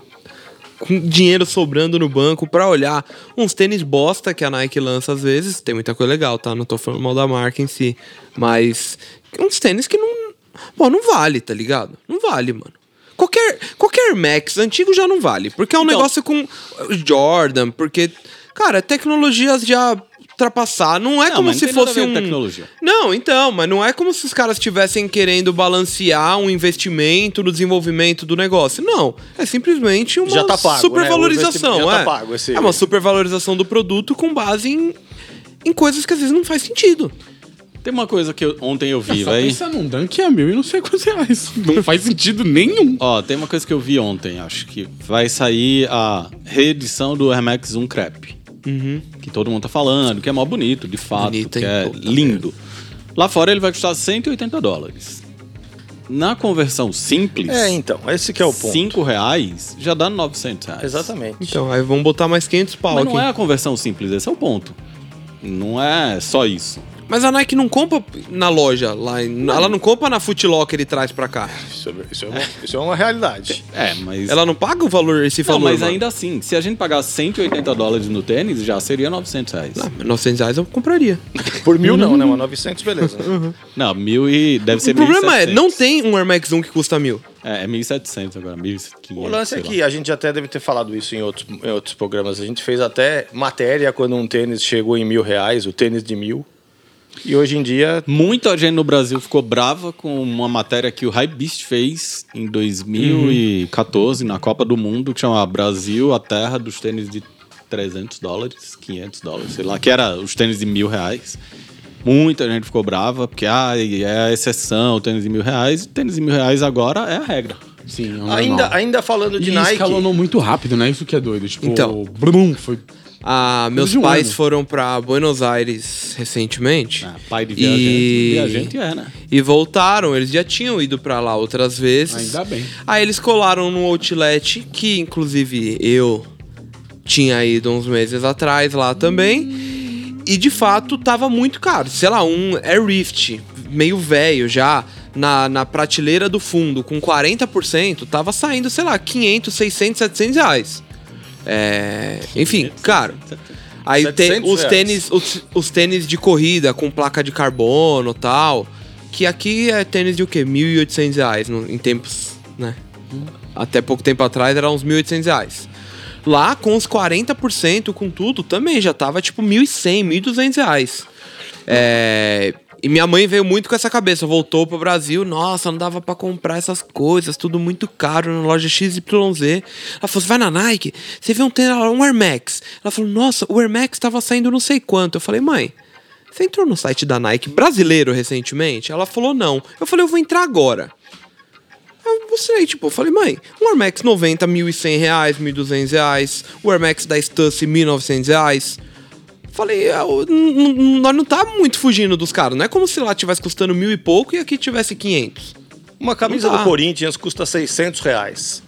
S2: com dinheiro sobrando no banco pra olhar uns tênis bosta que a Nike lança às vezes. Tem muita coisa legal, tá? Não tô falando mal da marca em si. Mas. Uns tênis que não. Bom, não vale, tá ligado? Não vale, mano. Qualquer, qualquer Max antigo já não vale. Porque é
S1: Então-
S2: um negócio com Jordan, porque. Cara, é tecnologias já ultrapassar. Não é
S1: Não,
S2: como
S1: mas não
S2: se
S1: tem nada a
S2: fosse
S1: ver com
S2: um.
S1: tecnologia.
S2: Não, então, mas não é como se os caras estivessem querendo balancear um investimento no desenvolvimento do negócio. Não. É simplesmente uma
S5: Já tá pago, né?
S2: supervalorização.
S5: O investimento já tá
S2: é.
S5: pago, esse-
S2: é uma supervalorização do produto com base em, em coisas que às vezes não faz sentido.
S1: Tem uma coisa que eu- ontem eu vi,
S4: Só
S1: véi.
S4: pensa num dunk a mil e não sei quantos reais. Não faz sentido nenhum.
S1: Ó, tem uma coisa que eu vi ontem, acho que vai sair a reedição do Air Max 1 Crepe.
S4: Uhum.
S1: Que todo mundo tá falando, que é mó bonito, de fato,
S2: Bonito,
S1: que
S2: hein?
S1: é
S2: Puta
S1: lindo. Lá fora ele vai custar 180 dólares. Na conversão simples,
S5: É, então, esse que é o ponto.
S1: 5 reais já dá 900 reais.
S5: Exatamente.
S2: Então, aí vamos botar mais 500 pau
S1: Mas
S2: aqui.
S1: não é a conversão simples, esse é o ponto. Não é só isso.
S2: Mas a Nike não compra na loja lá. em- Ela não compra na Foot Locker e traz pra cá.
S5: Isso, é- isso é uma, isso é uma realidade.
S1: É, mas.
S2: Ela não paga o valor, esse
S1: Não,
S2: valor.
S1: mas
S2: mano.
S1: ainda assim, se a gente pagar 180 dólares no tênis, já seria 900 reais.
S2: Ah, 900 reais eu compraria.
S5: Por mil não, né? Uma 900, beleza.
S1: Uhum.
S5: né?
S1: Não, mil e. Deve ser
S2: o problema é,
S1: 1.700.
S2: não tem um Air Max 1 que custa mil.
S1: É, é 1.700 agora, 1.500.
S5: O lance é
S1: sei lá.
S5: que a gente até deve ter falado isso em outros, em outros programas. A gente fez até matéria quando um tênis chegou em mil reais, o tênis de mil. E hoje em dia
S1: Muita gente no Brasil ficou brava com uma matéria que o High Beast fez em 2014, na Copa do Mundo, que chama Brasil, a terra dos tênis de 300 dólares, 500 dólares, sei lá, que era os tênis de mil reais. Muita gente ficou brava, porque ah, é a exceção, o tênis de mil reais, o tênis de mil reais agora é a regra.
S4: Sim, é um
S5: Ainda,
S4: normal.
S5: ainda falando de
S4: E
S5: Nike.
S4: escalonou muito rápido, né? Isso que é doido. Tipo,
S2: Então.
S4: brum, foi
S2: Ah, meus
S4: de um
S2: pais
S4: ano.
S2: foram pra Buenos Aires recentemente.
S1: Ah, pai de viajante,
S2: E-
S1: viajante é, né?
S2: E voltaram, eles já tinham ido pra lá outras vezes.
S4: Ainda bem.
S2: Aí eles colaram no outlet que inclusive eu tinha ido uns meses atrás lá também. E de fato tava muito caro. Sei lá, um Air Rift meio velho já na, na prateleira do fundo com 40% tava saindo, sei lá, 500, 600, 700 reais. É, enfim, caro. Aí tem
S5: 700
S2: os
S5: reais.
S2: tênis, os, os tênis de corrida com placa de carbono tal. Que aqui é tênis de o quê? 1.800 reais no- em tempos, né? Até pouco tempo atrás era uns 1.800 reais. Lá com os 40%, com tudo, também já tava tipo 1.100, 1.200 reais. É, E minha mãe veio muito com essa cabeça, voltou pro Brasil, nossa, não dava pra comprar essas coisas, tudo muito caro na loja XYZ. Ela falou, você vai na Nike, você vê um tênis lá, um Air Max. Ela falou, nossa, o Air Max tava saindo não sei quanto. Eu falei, mãe, você entrou no site da Nike brasileiro recentemente? Ela falou, não. Eu falei, eu vou entrar agora. Eu mostrei, tipo, eu falei, mãe, um Air Max 90, 1.100 reais, 1.200 reais, o Air Max da Stussy, 1.900 reais. Falei, eu- n- n- nós não tá muito fugindo dos caras. Não é como se lá tivesse custando mil e pouco e aqui tivesse 500.
S5: Uma camisa
S1: Então tá.
S2: Não dá.
S5: do Corinthians custa 600 reais.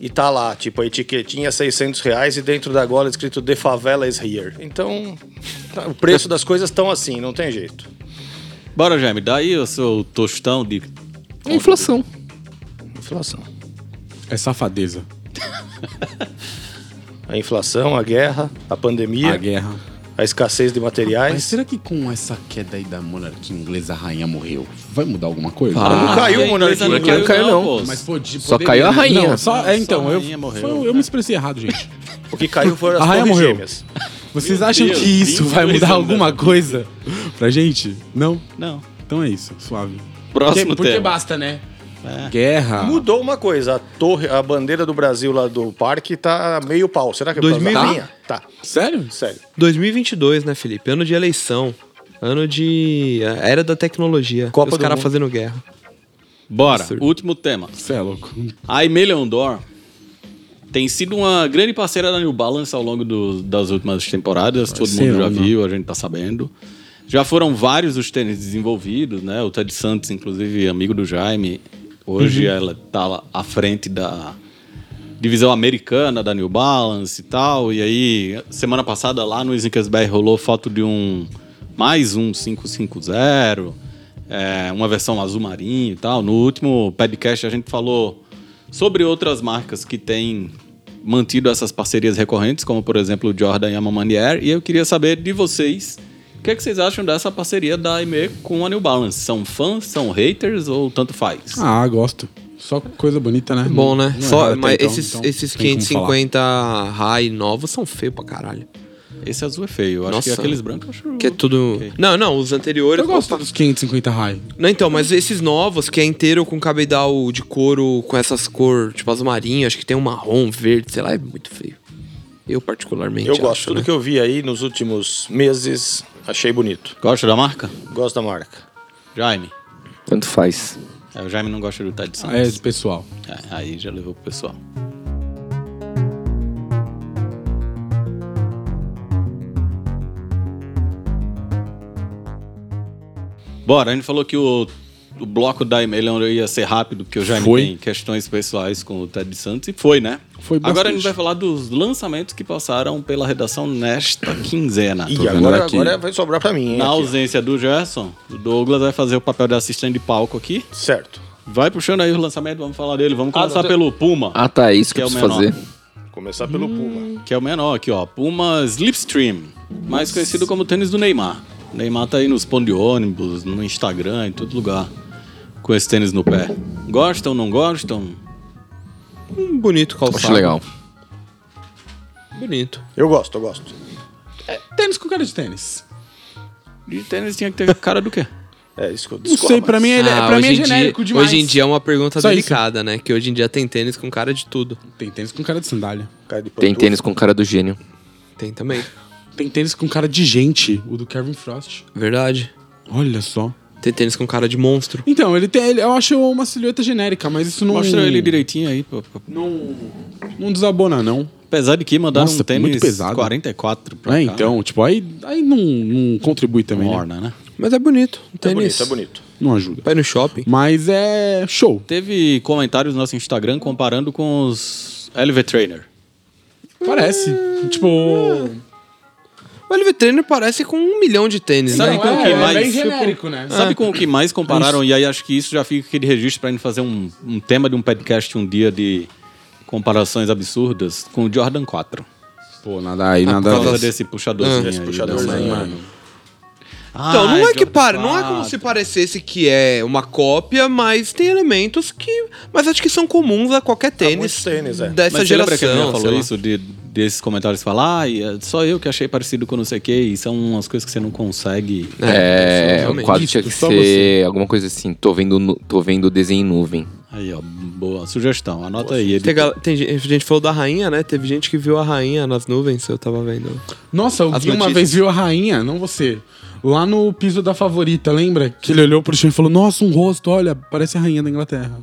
S5: E tá lá, tipo, a etiquetinha 600 reais e dentro da gola escrito The Favela is here. Então, tá, o preço das coisas estão assim, não tem jeito.
S1: Bora, Jaime, daí o seu tostão de
S3: É inflação.
S5: Inflação.
S4: É safadeza.
S5: A inflação, a guerra, a pandemia, a,
S4: guerra.
S5: escassez de
S4: Mas
S5: materiais.
S4: será que com essa queda aí da monarquia inglesa a rainha morreu? Vai mudar alguma coisa?
S5: Não caiu,
S1: Ah, a inglesa
S5: monarquia.
S3: Não caiu, não.
S1: pô.
S4: Mas podi-
S3: Só caiu a rainha.
S4: Não, só- é, então,
S1: Só a
S4: eu,
S1: rainha morreu.
S4: foi- eu me expressei errado, gente.
S5: O que caiu foram
S4: A
S5: as
S4: raia
S5: torres
S4: morreu.
S5: gêmeas.
S4: Vocês
S1: Meu
S4: acham
S1: Deus,
S4: que isso vai
S1: 22
S4: mudar
S1: anos.
S4: alguma coisa pra gente? Não?
S1: Não.
S4: Então é isso, suave.
S1: Próximo
S4: porque, porque
S1: tema.
S4: basta, né? Guerra.
S1: Ah.
S5: Mudou uma coisa, a torre, a bandeira do Brasil lá do parque tá meio pau. Será que é por causa da
S2: 2020?
S5: rainha? Tá,
S4: Sério?
S5: sério.
S2: 2022, né, Felipe? Ano de eleição. Ano de. é, Era da tecnologia.
S5: Copa
S2: Os
S5: do
S2: caras
S5: Mundo.
S2: fazendo guerra.
S1: Bora,
S2: Absurdo.
S1: último tema.
S4: Você é louco.
S1: A Emelion Door tem sido uma grande parceira da New Balance ao longo do- das últimas temporadas. Todo
S4: ser
S1: mundo já
S4: uma.
S1: viu, a gente tá sabendo. Já foram vários os tênis desenvolvidos, né? O Ted Santos, inclusive, amigo do Jaime. Hoje ela tá lá à frente da divisão americana da New Balance e tal. E aí, semana passada lá no Snickersberg rolou foto de um mais um 550, é, uma versão azul marinho e tal. No último podcast a gente falou sobre outras marcas que têm mantido essas parcerias recorrentes, como por exemplo o Jordan e a Mamani Air. E eu queria saber de vocês. O que, é que vocês acham dessa parceria da AME com a New Balance? São fãs, são haters ou tanto faz?
S4: Ah, gosto. Só coisa bonita, né?
S2: Bom, né?
S4: Não é
S2: Só,
S4: errado até
S2: mas
S4: então,
S2: esses,
S4: então
S2: esses
S4: tem como falar.
S2: 550 high novos são feios pra caralho.
S1: Esse azul é feio. Eu acho
S2: Nossa.
S1: que aqueles brancos eu acho
S2: Que é tudo. Não, não, os anteriores.
S4: Hum. Eu gosto
S2: Opa.
S4: dos 550 high.
S2: Não, então, mas esses novos, que é inteiro com cabedal de couro, com essas cor, tipo azul marinho, acho que tem um marrom, verde, sei lá, é muito feio. Eu particularmente.
S5: Eu gosto.
S2: acho,
S5: Tudo
S2: né?
S5: que eu vi aí nos últimos meses, achei bonito.
S1: Gosta da marca?
S5: Gosto da marca.
S1: Jaime.
S3: Tanto faz.
S1: É, o Jaime não gosta do Ted
S4: Ah, É,
S1: Santos.
S4: pessoal.
S1: É, aí já levou pro pessoal. Bora, a gente falou que o, o bloco da Emelion ia ser rápido, porque o Jaime
S4: Foi.
S1: tem questões pessoais com o Ted Santos, e foi, né?
S4: Foi bastante.
S1: Agora a gente vai falar dos lançamentos que passaram pela redação nesta quinzena.
S5: E
S4: vendo
S5: agora,
S4: aqui.
S5: agora vai sobrar pra mim, hein?
S1: Na
S5: aqui.
S1: ausência do Gerson, o Douglas vai fazer o papel de assistente de palco aqui.
S5: Certo.
S1: Vai puxando aí o lançamento, vamos falar dele. Vamos
S5: Ah,
S1: começar
S5: não,
S1: pelo Puma,
S3: Ah, tá, é isso
S1: Que
S3: que,
S1: é
S3: eu
S1: o
S3: preciso
S1: menor.
S3: fazer.
S5: Começar pelo Puma.
S1: que é o menor aqui, ó. Puma Slipstream, mais conhecido como tênis do Neymar. O Neymar tá aí nos pão de ônibus, no Instagram, em todo lugar, com esse tênis no pé. Gostam, não gostam?
S2: Um bonito calçado.
S3: Acho legal.
S2: Bonito.
S5: Eu gosto, eu gosto.
S4: Tênis com cara de tênis.
S1: De tênis tinha que ter cara do quê?
S5: É isso que eu
S4: Não
S5: discordo.
S4: sei, pra mim, ele,
S2: Ah,
S4: pra mim
S2: hoje
S4: é
S2: em dia-
S4: genérico demais.
S2: Hoje em dia é uma pergunta
S4: Só isso.
S2: delicada, né? Que hoje em dia tem tênis com cara de tudo.
S4: Tem tênis com cara de sandália.
S5: Cara de
S3: Tem
S5: pantufa.
S3: tênis com cara do gênio.
S2: Tem também.
S4: Tem tênis com cara de gente, o do Kevin Frost.
S2: Verdade.
S4: Olha só.
S2: Tem tênis com cara de monstro.
S4: Então, ele tem. ele- eu acho uma silhueta genérica, mas isso não.
S1: Mostra ele direitinho aí. pô, pô.
S4: Não. Não desabona, não.
S1: Apesar de que mandaram
S4: Nossa,
S1: um tênis
S4: muito pesado.
S1: 44 pra
S4: É,
S1: cá.
S4: então, tipo, aí, aí não, não contribui também. Né?
S1: Morna, né?
S2: Mas é bonito. Um
S5: É
S2: tênis.
S5: bonito, é bonito.
S4: Não ajuda.
S2: Vai no shopping.
S4: Mas é show.
S1: Teve comentários no nosso Instagram comparando com os LV Trainer.
S4: Parece.
S2: Ah.
S4: Tipo.
S2: O LV Trainer parece com um milhão de tênis,
S1: Sabe
S2: né?
S1: com o que mais?
S4: é, genérico, né?
S1: Sabe
S5: É.
S1: com o que mais compararam? E aí acho que isso já fica aqui de registro pra gente fazer um, um tema de um podcast um dia de comparações absurdas com o Jordan 4.
S4: Pô, nada
S2: Ah,
S4: aí,
S1: Por
S4: nada.
S1: causa desse puxadorzinho
S5: Esse
S1: aí,
S5: puxadorzinho,
S1: dessa-
S5: mano.
S1: Ah,
S2: Então, não é que
S1: Jordan
S2: para, não é como
S1: 4.
S2: se parecesse que é uma cópia, mas tem elementos que, mas acho que são comuns a qualquer tênis,
S5: muitos tênis, é.
S2: dessa
S1: Mas você lembra
S2: geração.
S1: que a menina falou
S2: sei lá.
S1: isso de, desses comentários falar, ah, e é só eu que achei parecido com não sei o que, e são umas coisas que você não consegue.
S3: É, o
S2: realmente.
S3: quadro tinha que
S4: Isso, só
S3: ser alguma coisa assim. Tô vendo, nu- tô vendo desenho em nuvem.
S1: Aí, ó, boa sugestão. Anota aí.
S2: Tem,
S1: editor.
S2: gal- tem gente, gente falou da rainha, né? Teve gente que viu a rainha nas nuvens, eu tava vendo.
S4: Nossa, o
S2: As
S4: Gui uma
S2: notícias.
S4: vez viu a rainha, não você. Lá no piso da favorita, lembra? Que ele olhou pro chão e falou: Nossa, um rosto, olha, parece a rainha da Inglaterra.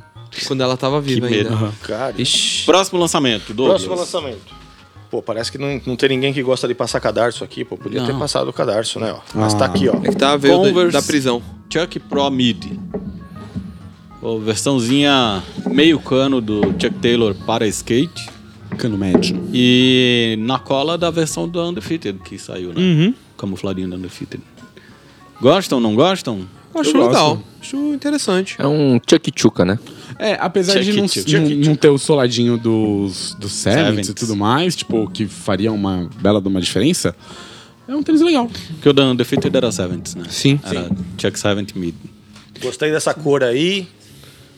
S2: Quando ela tava viva
S1: medo.
S2: ainda.
S5: Cara,
S2: Ixi.
S1: Próximo lançamento, Douglas.
S5: próximo lançamento. Pô, parece que não, não tem ninguém que gosta de passar cadarço aqui, pô. Podia ter passado o cadarço, né? Ó. Mas tá aqui, ó.
S2: É que tava veio da-
S1: Converse.
S2: da prisão.
S1: Chuck Pro Mid. Pô, versãozinha meio cano do Chuck Taylor para skate.
S4: Cano médio.
S1: E na cola da versão do Undefeated que saiu, né? Uhum. Camufladinho do Undefeated. Gostam, não gostam?
S2: Eu acho
S4: Eu gosto.
S2: legal, acho interessante.
S3: É um Chuck Chuca, né?
S4: É, apesar
S1: Check
S4: de não,
S1: it,
S4: não-
S1: check it.
S4: não ter o soladinho dos, dos Sevens
S1: Sevens.
S4: e tudo mais, tipo, que faria uma bela de uma diferença, é um tênis legal.
S1: Porque o da Undefeated era 70, né?
S2: Sim.
S1: Era Chuck 70 mid.
S5: Gostei dessa cor aí.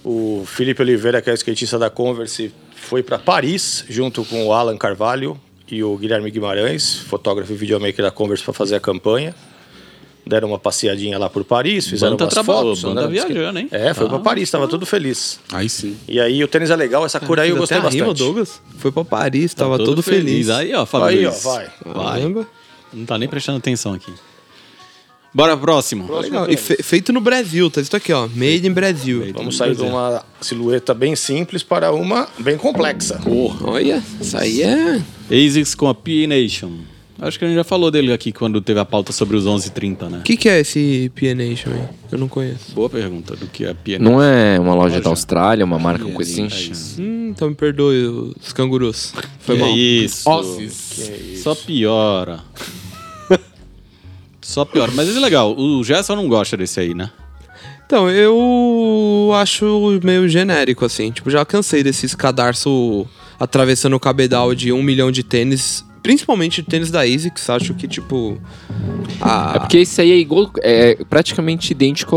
S5: O Felipe Oliveira, que é o skatista da Converse, foi para Paris junto com o Alan Carvalho e o Guilherme Guimarães, fotógrafo e videomaker da Converse, para fazer a campanha. Deram uma passeadinha lá por Paris, fizeram
S1: Banda
S5: umas
S1: trabalhou,
S5: fotos.
S1: banda
S5: andaram de skate.
S1: viajando, hein?
S5: É, foi
S1: Ah.
S5: para Paris, estava todo feliz.
S4: Aí sim.
S5: E aí o tênis é legal, essa cor aí eu
S2: Fiz
S5: gostei
S2: até a rima,
S5: bastante.
S2: Douglas. Foi pra Paris, tava todo, feliz. Uhum.
S1: Aí, ó,
S5: Aí,
S1: Fabrício.
S5: ó, vai.
S1: Vai.
S2: Caramba.
S1: Não tá nem prestando atenção aqui. Bora pro próximo.
S2: Legal. E fe- feito no Brasil, tá escrito aqui, ó. Made in Brasil.
S5: Vamos sair de uma silhueta bem simples para uma bem complexa.
S3: Olha, isso aí é.
S1: ASICS com a PA Nation. Acho que a gente já falou dele aqui quando teve a pauta sobre os 1130, né?
S2: O que, que é esse PA Nation aí? Eu não conheço.
S1: Boa pergunta do que é PA Nation.
S3: Não é uma loja da Austrália, uma marca, uma coisa assim?
S2: Hum, então me perdoe os cangurus. Foi
S1: Que
S2: mal.
S1: é isso.
S4: Ossis.
S1: é Só piora. Só piora. Mas ele é legal. O Gerson não gosta desse aí, né?
S2: Então, eu acho meio genérico, assim. Tipo, já cansei desses cadarço atravessando o cabedal de um milhão de tênis. Principalmente tênis da ASICS. Acho que, tipo... a-
S3: É porque esse aí é igual. É praticamente idêntico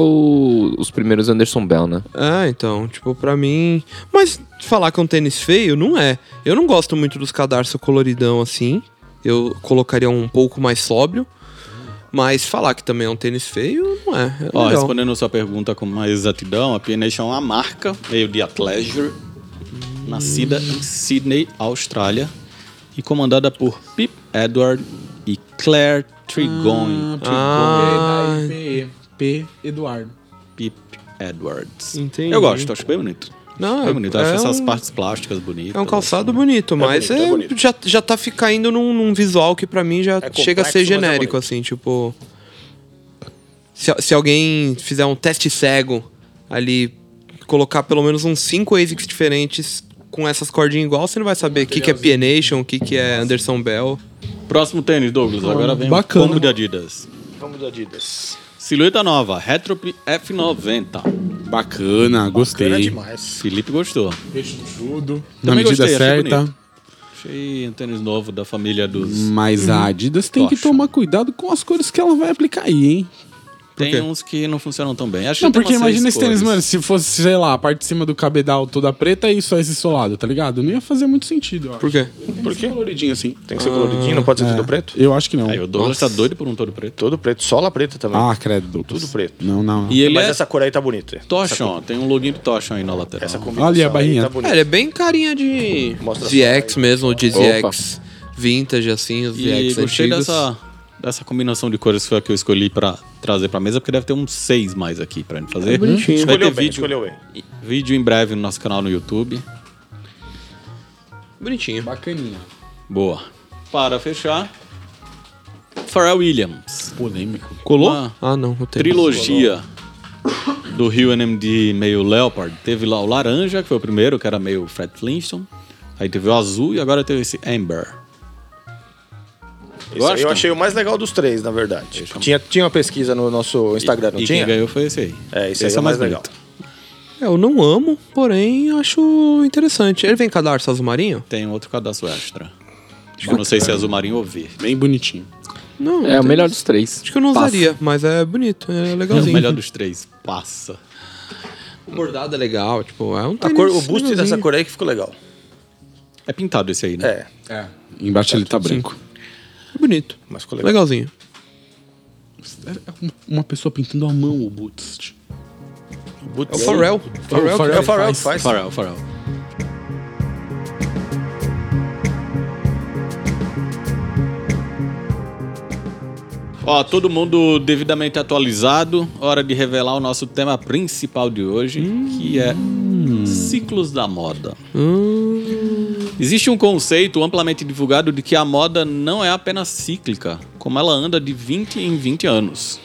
S3: aos primeiros Anderson Bell, né?
S2: Ah, então, tipo, pra mim. Mas falar que é um tênis feio, não é. Eu não gosto muito dos cadarços coloridão assim. Eu colocaria um pouco mais sóbrio. Mas falar que também é um tênis feio, não é. é
S1: Ó,
S2: legal.
S1: respondendo a sua pergunta com mais exatidão, a PA Nation é uma marca meio de athleisure, nascida em Sydney, Austrália, e comandada por Pip Edward e Claire Trigon. tipo
S2: Ah.
S4: P, P, Eduardo.
S1: Pip Edwards.
S2: Entendi.
S1: Eu gosto, acho bem bonito.
S2: Não,
S1: bem bonito. Eu acho
S2: é
S1: essas
S2: um-
S1: partes plásticas bonitas.
S2: É um calçado bonito, mas
S5: bonito,
S2: é
S5: Então, é bonito.
S2: Já, já tá fi- caindo num, num visual que pra mim já
S5: complexo,
S2: chega a ser
S5: mas é
S2: genérico,
S5: bonito.
S2: assim, tipo. Se, se alguém fizer um teste cego ali, colocar pelo menos uns cinco ASICs diferentes com essas cordinhas igual, você não vai saber o que, que é PA Nation, o que, que é Anderson Bell.
S1: Próximo tênis, Douglas. Agora vem
S4: bacana.
S1: o combo de Adidas.
S5: Vamos do Adidas.
S1: Silhueta nova, Retrop F90.
S4: Bacana, gostei.
S5: Era demais.
S1: Felipe gostou.
S4: Peixudo. Na
S1: Também
S4: medida
S1: gostei, achei
S4: certa. Hum,
S1: bonito. Achei um tênis novo da família dos...
S4: Mas a Adidas tem que
S1: Tocha.
S4: tomar cuidado com as cores que ela vai aplicar aí, hein?
S1: Tem uns que não funcionam tão bem. Acho
S4: Não,
S1: que tem
S4: porque
S1: umas seis
S4: imagina esse tênis,
S1: cores.
S4: mano, se fosse, sei lá, a parte de cima do cabedal toda preta e só esse solado, tá ligado? Não ia fazer muito sentido, eu acho.
S2: Por quê?
S5: Por quê?
S4: Coloridinho assim.
S5: Tem que ser coloridinho, não pode ser tudo preto?
S4: Ah, Eu acho que não.
S1: Aí o Douglas tá doido por um todo preto.
S5: Todo preto, sola preta também.
S4: Ah, credo, Douglas.
S5: Tudo preto.
S4: Não, não.
S1: E ele
S5: Mas
S1: é
S5: essa cor aí tá bonita.
S1: Toshon, tem um login do Toshon aí na lateral.
S5: Essa combinação
S4: Olha ali a
S5: aí
S4: barrinha.
S5: Tá
S2: É,
S5: bonita.
S2: ele é bem carinha de
S5: Mostra só
S2: ZX
S5: aí.
S2: mesmo, de ZX vintage, assim, os
S1: E
S4: é
S2: ZX
S1: gostei
S2: antigos.
S1: dessa, dessa combinação de cores que foi a que eu escolhi pra trazer pra mesa, porque deve ter uns seis mais aqui pra gente
S4: É
S1: fazer. Vai ter
S5: Escolheu bem,
S1: vídeo,
S5: escolheu bem.
S1: vídeo em breve no nosso canal no YouTube.
S2: Bonitinho.
S4: Bacaninha.
S1: Boa. Para fechar, Pharrell Williams.
S4: Polêmico.
S2: Colou?
S1: Uma
S2: Ah, não, o tênis.
S1: trilogia do Rio NMD meio Leopard. Teve lá o laranja, que foi o primeiro, que era meio Fred Flintstone. Aí teve o azul e agora teve esse Amber.
S5: Esse aí eu
S1: Gosta?
S5: achei o mais legal dos três, na verdade. Tinha, tinha uma pesquisa no nosso Instagram, não
S1: e
S5: tinha?
S1: quem ganhou foi esse aí.
S5: É, esse aí é o mais legal.
S1: bonito.
S2: É, eu não amo, porém acho interessante. Ele vem cadarço azul marinho?
S1: Tem um outro cadastro extra. Eu não sei se é azul marinho ou verde.
S4: Bem bonitinho.
S2: Não.
S3: É o melhor dos três.
S2: Acho que eu não
S3: Passa.
S2: usaria, mas é bonito, é
S1: É o
S2: legalzinho.
S1: melhor dos três. Passa.
S2: O bordado é legal, tipo, é um
S5: A
S2: tênis
S5: cor, o boost
S2: legalzinho.
S5: dessa cor aí que ficou legal.
S1: É pintado esse aí, né?
S5: É,
S4: É. Embaixo ele tá branco.
S2: É bonito.
S5: mas ficou legal.
S2: Legalzinho.
S4: É uma- Uma pessoa pintando a mão o Boots.
S2: É o Pharrell. Pharrell.
S4: Pharrell.
S5: É o Farrell que faz.
S1: Farol, farol. Ó, todo mundo devidamente atualizado. Hora de revelar o nosso tema principal de hoje, que é ciclos da moda. Existe um conceito amplamente divulgado de que a moda não é apenas cíclica, como ela anda de 20 em 20 anos.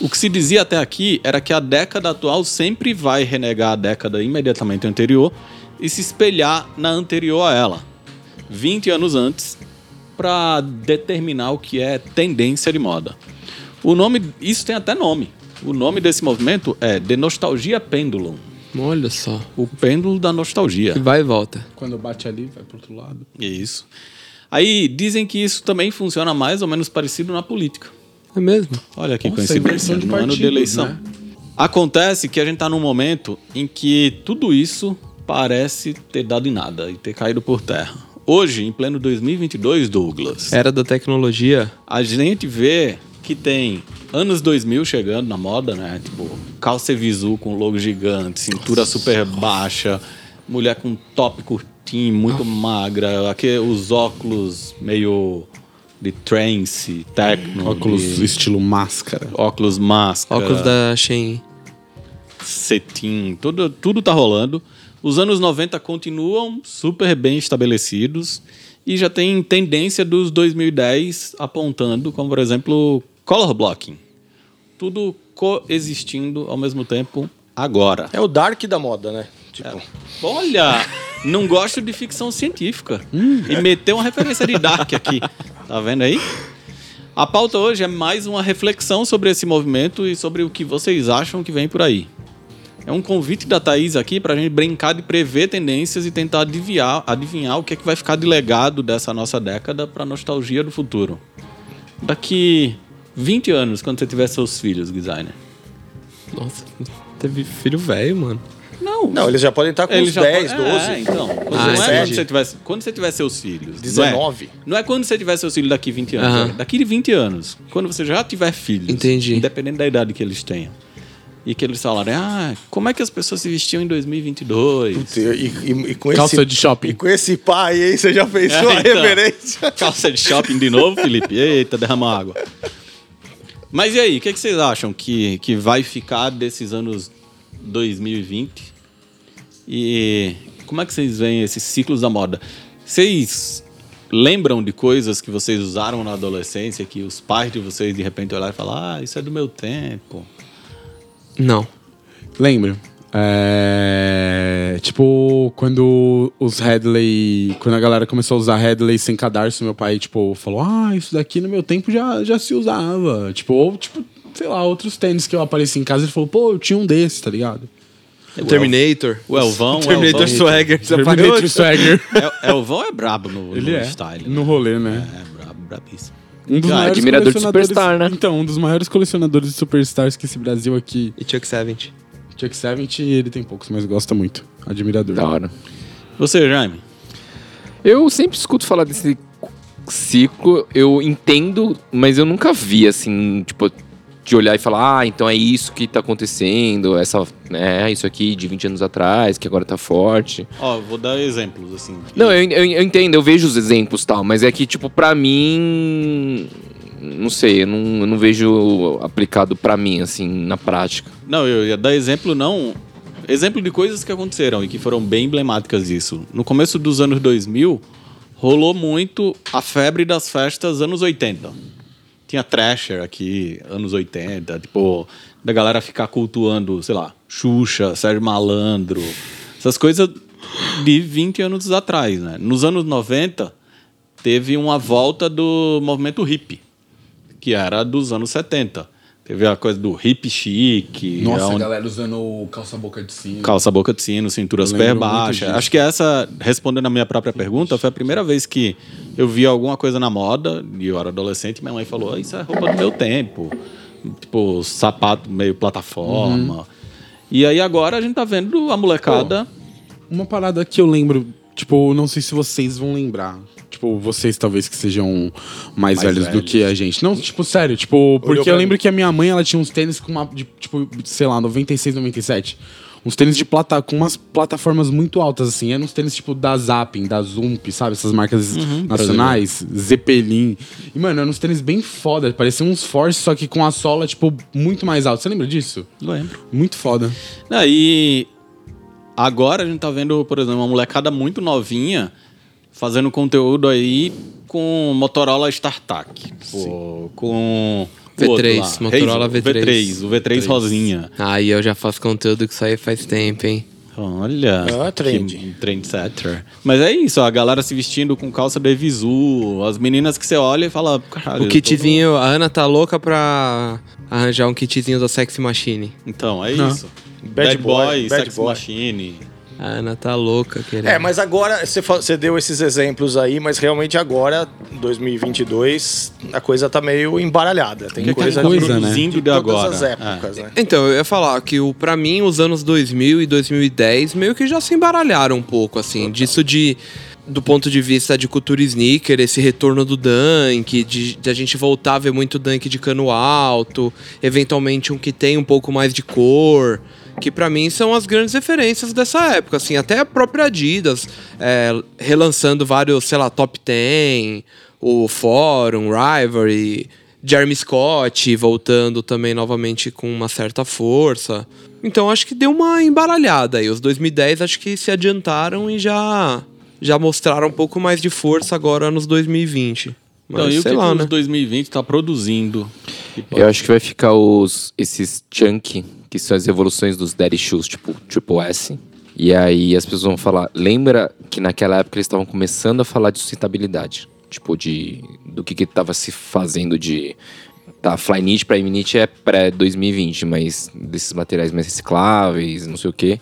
S1: O que se dizia até aqui era que a década atual sempre vai renegar a década imediatamente anterior e se espelhar na anterior a ela, 20 anos antes, para determinar o que é tendência de moda. O nome, isso tem até nome. O nome desse movimento é The Nostalgia Pendulum.
S2: Olha só.
S1: O pêndulo da nostalgia.
S2: E vai e volta.
S4: Quando bate ali, vai pro outro lado.
S1: É Isso. Aí dizem que isso também funciona mais ou menos parecido na política.
S2: É mesmo?
S1: Olha que
S4: Nossa,
S1: coincidência,
S4: inversão de
S1: no ano de
S4: partidos,
S1: eleição.
S4: né?
S1: Acontece que a gente está num momento em que tudo isso parece ter dado em nada e ter caído por terra. Hoje, em pleno 2022, Douglas,
S2: Era da tecnologia.
S1: a gente vê que tem anos 2000 chegando na moda, né? Tipo, calça visu com logo gigante, cintura super baixa, mulher com top curtinho, muito magra, aqui os óculos meio de trance, techno,
S4: Óculos
S1: de-
S4: estilo máscara.
S1: óculos máscara,
S2: Óculos da Shein.
S1: cetim, tudo, tudo tá rolando. Os anos 90 continuam super bem estabelecidos e já tem tendência dos 2010 apontando, como por exemplo, color blocking. Tudo coexistindo ao mesmo tempo agora.
S5: É o dark da moda, né?
S1: É.
S5: Tipo,
S1: Olha, não gosto de ficção científica. E meteu uma referência de Dark aqui. Tá vendo aí? A pauta hoje é mais uma reflexão sobre esse movimento e sobre o que vocês acham que vem por aí. É um convite da Thaís aqui pra gente brincar de prever tendências e tentar adivinhar, adivinhar o que é que vai ficar de legado dessa nossa década pra nostalgia do futuro. Daqui 20 anos, quando você tiver seus filhos, designer.
S2: Nossa, teve filho velho, mano.
S1: Não,
S5: não, eles já podem estar tá com
S1: Ele
S5: uns
S1: já
S5: 10,
S1: pode-
S5: 12,
S1: É, então.
S2: Ah,
S1: não é quando
S2: entendi.
S1: você, tiver, quando você tiver seus filhos.
S5: 19.
S1: Não é, não é quando você tiver seus filhos daqui 20 anos.
S2: Aham.
S1: é daqui de 20 anos. Quando você já tiver filhos.
S2: Entendi.
S1: Independente da idade que eles tenham. E que eles falarem, ah, como é que as pessoas se vestiam em 2022?
S5: E, e- e com
S4: Calça
S5: esse,
S4: de shopping.
S5: E com esse pai aí, você já fez
S1: É,
S5: sua
S1: então.
S5: referência.
S1: Calça de shopping de novo, Felipe? Eita, derramou água. Mas e aí, o que, que vocês acham que, que vai ficar desses anos 2020? E como é que vocês veem esses ciclos da moda? Vocês lembram de coisas que vocês usaram na adolescência que os pais de vocês de repente olharam e falaram: Ah, isso é do meu tempo.
S2: Não.
S4: Lembro. É, tipo, quando os Headley. Quando a galera começou a usar Headley sem cadarço, meu pai, tipo, falou: Ah, isso daqui no meu tempo já, já se usava. Tipo, ou, tipo, sei lá, outros tênis que eu apareci em casa, ele falou: Pô, eu tinha um desse, tá ligado?
S2: Terminator.
S1: É O Elvão.
S2: Um Terminator
S1: Elvão,
S2: Swagger.
S3: é
S4: Terminator Swagger.
S1: El- Elvão é brabo no,
S4: Ele
S1: no
S4: é.
S1: style.
S4: No rolê, né?
S1: É brabo, brabíssimo.
S4: Um dos
S3: Ah,
S4: maiores
S3: admirador de
S4: colecionadores-
S3: Superstar, né?
S4: Então, um dos maiores colecionadores de superstars que esse Brasil aqui.
S2: E Chuck Savage.
S4: Chuck Savage, ele tem poucos, mas gosta muito. Admirador.
S3: Da hora.
S1: Você, Jaime?
S3: Eu sempre escuto falar desse ciclo, eu entendo, mas eu nunca vi, assim, tipo, de olhar e falar, ah, então é isso que tá acontecendo, essa, né, isso aqui de 20 anos atrás, que agora tá forte.
S1: Ó, vou dar exemplos assim.
S3: Não, eu, eu, eu entendo, eu vejo os exemplos e tal, mas é que, tipo, pra mim. Não sei, eu não, eu não vejo aplicado pra mim, assim, na prática.
S1: Não, eu ia dar exemplo não. Exemplo de coisas que aconteceram e que foram bem emblemáticas disso. No começo dos anos 2000, rolou muito a febre das festas anos 80. Tinha Thrasher aqui, anos 80, tipo, da galera ficar cultuando, sei lá, Xuxa, Sérgio Malandro, essas coisas de 20 anos atrás, né? Nos anos 90, teve uma volta do movimento hippie que era dos anos 70. Teve a coisa do hip chic,
S4: Nossa,
S1: a
S4: a
S1: um-
S4: galera usando calça-boca de sino.
S1: calça boca de sino, cintura super
S4: lembro muito
S1: baixa.
S4: disso.
S1: Acho que essa, respondendo a minha própria pergunta, foi a primeira vez que eu vi alguma coisa na moda, e eu era adolescente, minha mãe falou, "Ah, isso é roupa do meu tempo. Tipo, sapato meio
S4: Uhum.
S1: plataforma. E aí agora a gente tá vendo a molecada...
S4: Uma parada que eu lembro, tipo, não sei se vocês vão lembrar. Tipo, vocês talvez que sejam mais, velhos, do
S1: velhos.
S4: que a gente. Não, tipo, sério, tipo, porque
S5: pra
S4: eu lembro que a minha mãe, ela tinha uns tênis com uma, de, tipo, sei lá, 96, 97. Uns tênis de plata, com umas plataformas muito altas, assim. Eram uns tênis, tipo, da Zapping, da Zump, sabe? Essas marcas nacionais, Zeppelin. E, mano, eram uns tênis bem foda. Pareciam uns Force, só que com a sola, tipo, muito mais alta. Você lembra disso?
S1: Lembro.
S4: Muito foda.
S1: Não, e agora a gente tá vendo, por exemplo, uma molecada muito novinha fazendo conteúdo aí com Motorola StarTAC, pô, com o
S2: V3,
S1: outro lá,
S2: Motorola
S1: Razr,
S2: V3.
S1: V3, o V3 rosinha.
S2: Aí eu já faço conteúdo que isso aí faz tempo, hein?
S1: Olha,
S5: Ah, trend.
S1: que trend setter. Mas é isso, a galera se vestindo com calça de visu, as meninas que você olha e fala, caralho,
S2: O
S1: eu tô-
S2: kitzinho, a Ana tá louca pra arranjar um kitzinho da Sexy Machine.
S1: Então, é
S4: Não.
S1: isso.
S5: Bad Boy, Bad
S1: Sex
S5: Boy.
S1: Machine.
S2: A Ana tá louca, querendo.
S5: É, mas agora você fa- você deu esses exemplos aí, mas realmente agora, 2022, a coisa tá meio embaralhada. Tem
S1: Que coisa,
S5: coisa, de-
S4: coisa, né?
S1: produzindo
S5: de
S1: de
S5: todas
S1: agora. É.
S5: as épocas, né?
S2: Então, eu ia falar que o para mim os anos 2000 e 2010 meio que já se embaralharam um pouco assim, disso de do ponto de vista de cultura sneaker, esse retorno do dunk, de, de a gente voltar a ver muito dunk de cano alto, eventualmente um que tem um pouco mais de cor, que pra mim são as grandes referências dessa época, assim, até a própria Adidas é, relançando vários, sei lá, top 10, o Fórum, Rivalry, Jeremy Scott voltando também novamente com uma certa força. Então acho que deu uma embaralhada aí. Os 2010 acho que se adiantaram e já já mostraram um pouco mais de força agora nos 2020. Mas
S1: Então, e o
S2: sei
S1: que,
S2: lá,
S1: que
S2: né?
S1: os 2020 tá produzindo? Que pode-
S3: Eu acho que vai ficar os esses chunk, que são as evoluções dos Daddy Shoes, tipo Triple S. E aí as pessoas vão falar, lembra que naquela época eles estavam começando a falar de sustentabilidade, tipo de do que que tava se fazendo de tá Flyknit para Imnit é pré 2020, mas desses materiais mais recicláveis, não sei o quê.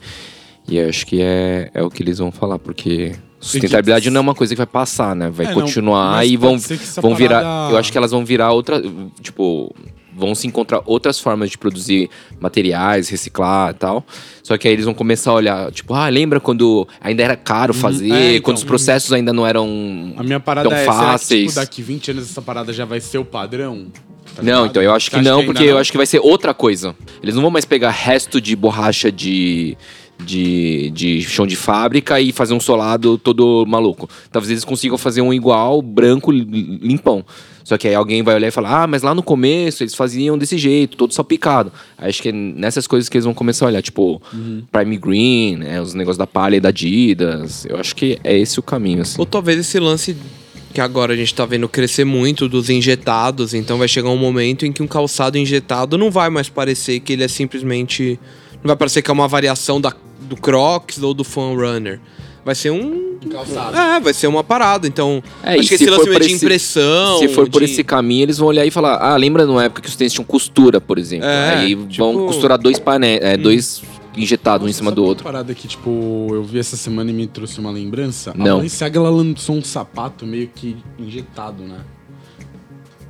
S3: E eu acho que é, é o que eles vão falar, porque sustentabilidade não é uma coisa que vai passar, né? Vai
S4: É, não,
S3: continuar
S4: mas
S3: e vão
S4: pode ser que essa
S3: vão virar,
S4: parada-
S3: eu acho que que elas vão virar outra, tipo, vão se encontrar outras formas de produzir materiais, reciclar e tal. Só que aí eles vão começar a olhar, tipo, ah, lembra quando ainda era caro fazer,
S4: é, então.
S3: quando os processos ainda não eram
S4: A minha parada
S3: tão
S4: é, será que,
S3: Então, fáceis.
S4: tipo, daqui 20 anos essa parada já vai ser o padrão? Tá
S3: não,
S4: ligado?
S3: então eu acho que
S4: Você acha
S3: não,
S4: ainda
S3: porque eu acho que vai ser outra coisa. Eles não vão mais pegar resto de borracha de de, de chão de fábrica e fazer um solado todo maluco. Talvez eles consigam fazer um igual, branco, li- limpão. Só que aí alguém vai olhar e falar: ah, mas lá no começo eles faziam desse jeito, todo salpicado. Aí Acho que é nessas coisas que eles vão começar a olhar, tipo
S4: Uhum.
S3: Prime Green, né, os negócios da palha e da Adidas. Eu acho que é esse o caminho, assim.
S2: Ou talvez esse lance que agora a gente tá vendo crescer muito dos injetados, então vai chegar um momento em que um calçado injetado não vai mais parecer que ele é simplesmente. Não vai parecer que é uma variação da, do Crocs ou do Fun Runner. Vai ser um.
S4: calçado.
S2: É, vai ser uma parada. Então,
S3: É, e
S2: acho que esse
S3: se for
S2: lance meio
S3: por
S2: de
S3: esse-
S2: impressão.
S3: Se for por
S2: Então, de-
S3: esse caminho, eles vão olhar e falar: Ah, lembra na época que os tênis tinham costura, por exemplo?
S2: É,
S3: Aí vão
S2: tipo-
S3: costurar dois pané, é, dois injetados um em cima
S4: Sabe
S3: do
S4: uma
S3: outro.
S4: parada que, tipo, eu vi essa semana e me trouxe uma lembrança? A
S3: Não.
S4: Balenciaga, ela lançou um sapato meio que injetado, né?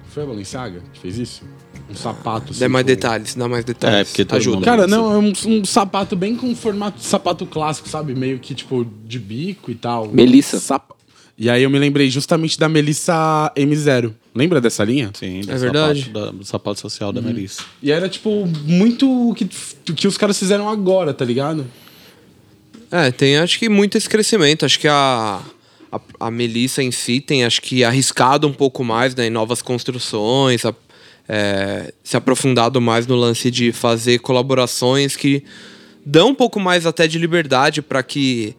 S4: Foi a Balenciaga que fez isso? Um sapato, assim,
S2: Dá mais
S4: com-
S2: detalhes, dá mais detalhes.
S1: É, porque todo
S2: ajuda.
S1: mundo-
S4: Cara, não, é um, um sapato bem com formato de sapato clássico, sabe? Meio que, tipo, de bico e tal.
S3: Melissa.
S4: Sap- E aí eu me lembrei justamente da Melissa M0. Lembra dessa linha?
S1: Sim, do
S2: É verdade. Uhum.
S1: Sapato, da- do sapato social da Melissa.
S4: E era, tipo, muito o que, o que os caras fizeram agora, tá ligado?
S2: É, tem acho que muito esse crescimento. Acho que a, a, a Melissa em si tem acho que arriscado um pouco mais né, em novas construções, a- é, se aprofundado mais no lance de fazer colaborações que dão um pouco mais até de liberdade para que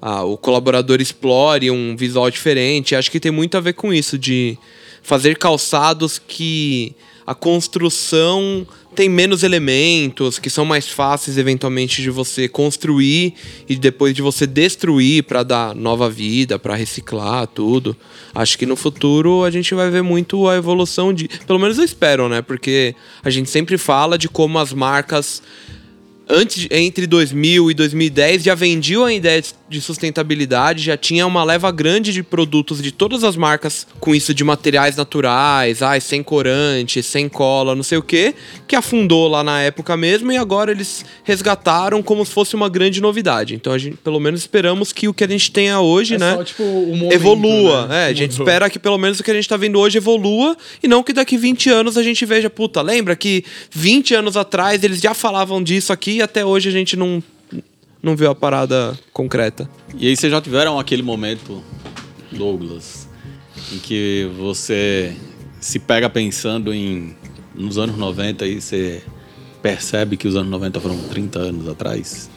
S2: ah, o colaborador explore um visual diferente. Acho que tem muito a ver com isso, de fazer calçados que a construção tem menos elementos, que são mais fáceis eventualmente de você construir e depois de você destruir para dar nova vida, para reciclar tudo. Acho que no futuro a gente vai ver muito a evolução de, pelo menos eu espero, né? Porque a gente sempre fala de como as marcas antes entre 2000 e 2010 já vendiam a ideia de- de sustentabilidade, já tinha uma leva grande de produtos de todas as marcas com isso de materiais naturais, ai, sem corante, sem cola, não sei o que, que afundou lá na época mesmo e agora eles resgataram como se fosse uma grande novidade. Então a gente, pelo menos esperamos que o que a gente tenha hoje,
S4: É
S2: né,
S4: só, tipo, o momento,
S2: evolua.
S4: né?
S2: É, a gente
S4: Mudou.
S2: espera que pelo menos o que a gente tá vendo hoje evolua e não que daqui 20 anos a gente veja, puta, lembra que 20 anos atrás eles já falavam disso aqui e até hoje a gente não, não viu a parada concreta.
S1: E aí vocês já tiveram aquele momento, Douglas, em que você se pega pensando em nos anos 90 e você percebe que os anos 90 foram 30 anos atrás?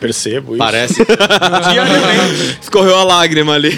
S5: Percebo isso.
S1: Parece.
S2: Escorreu a lágrima ali.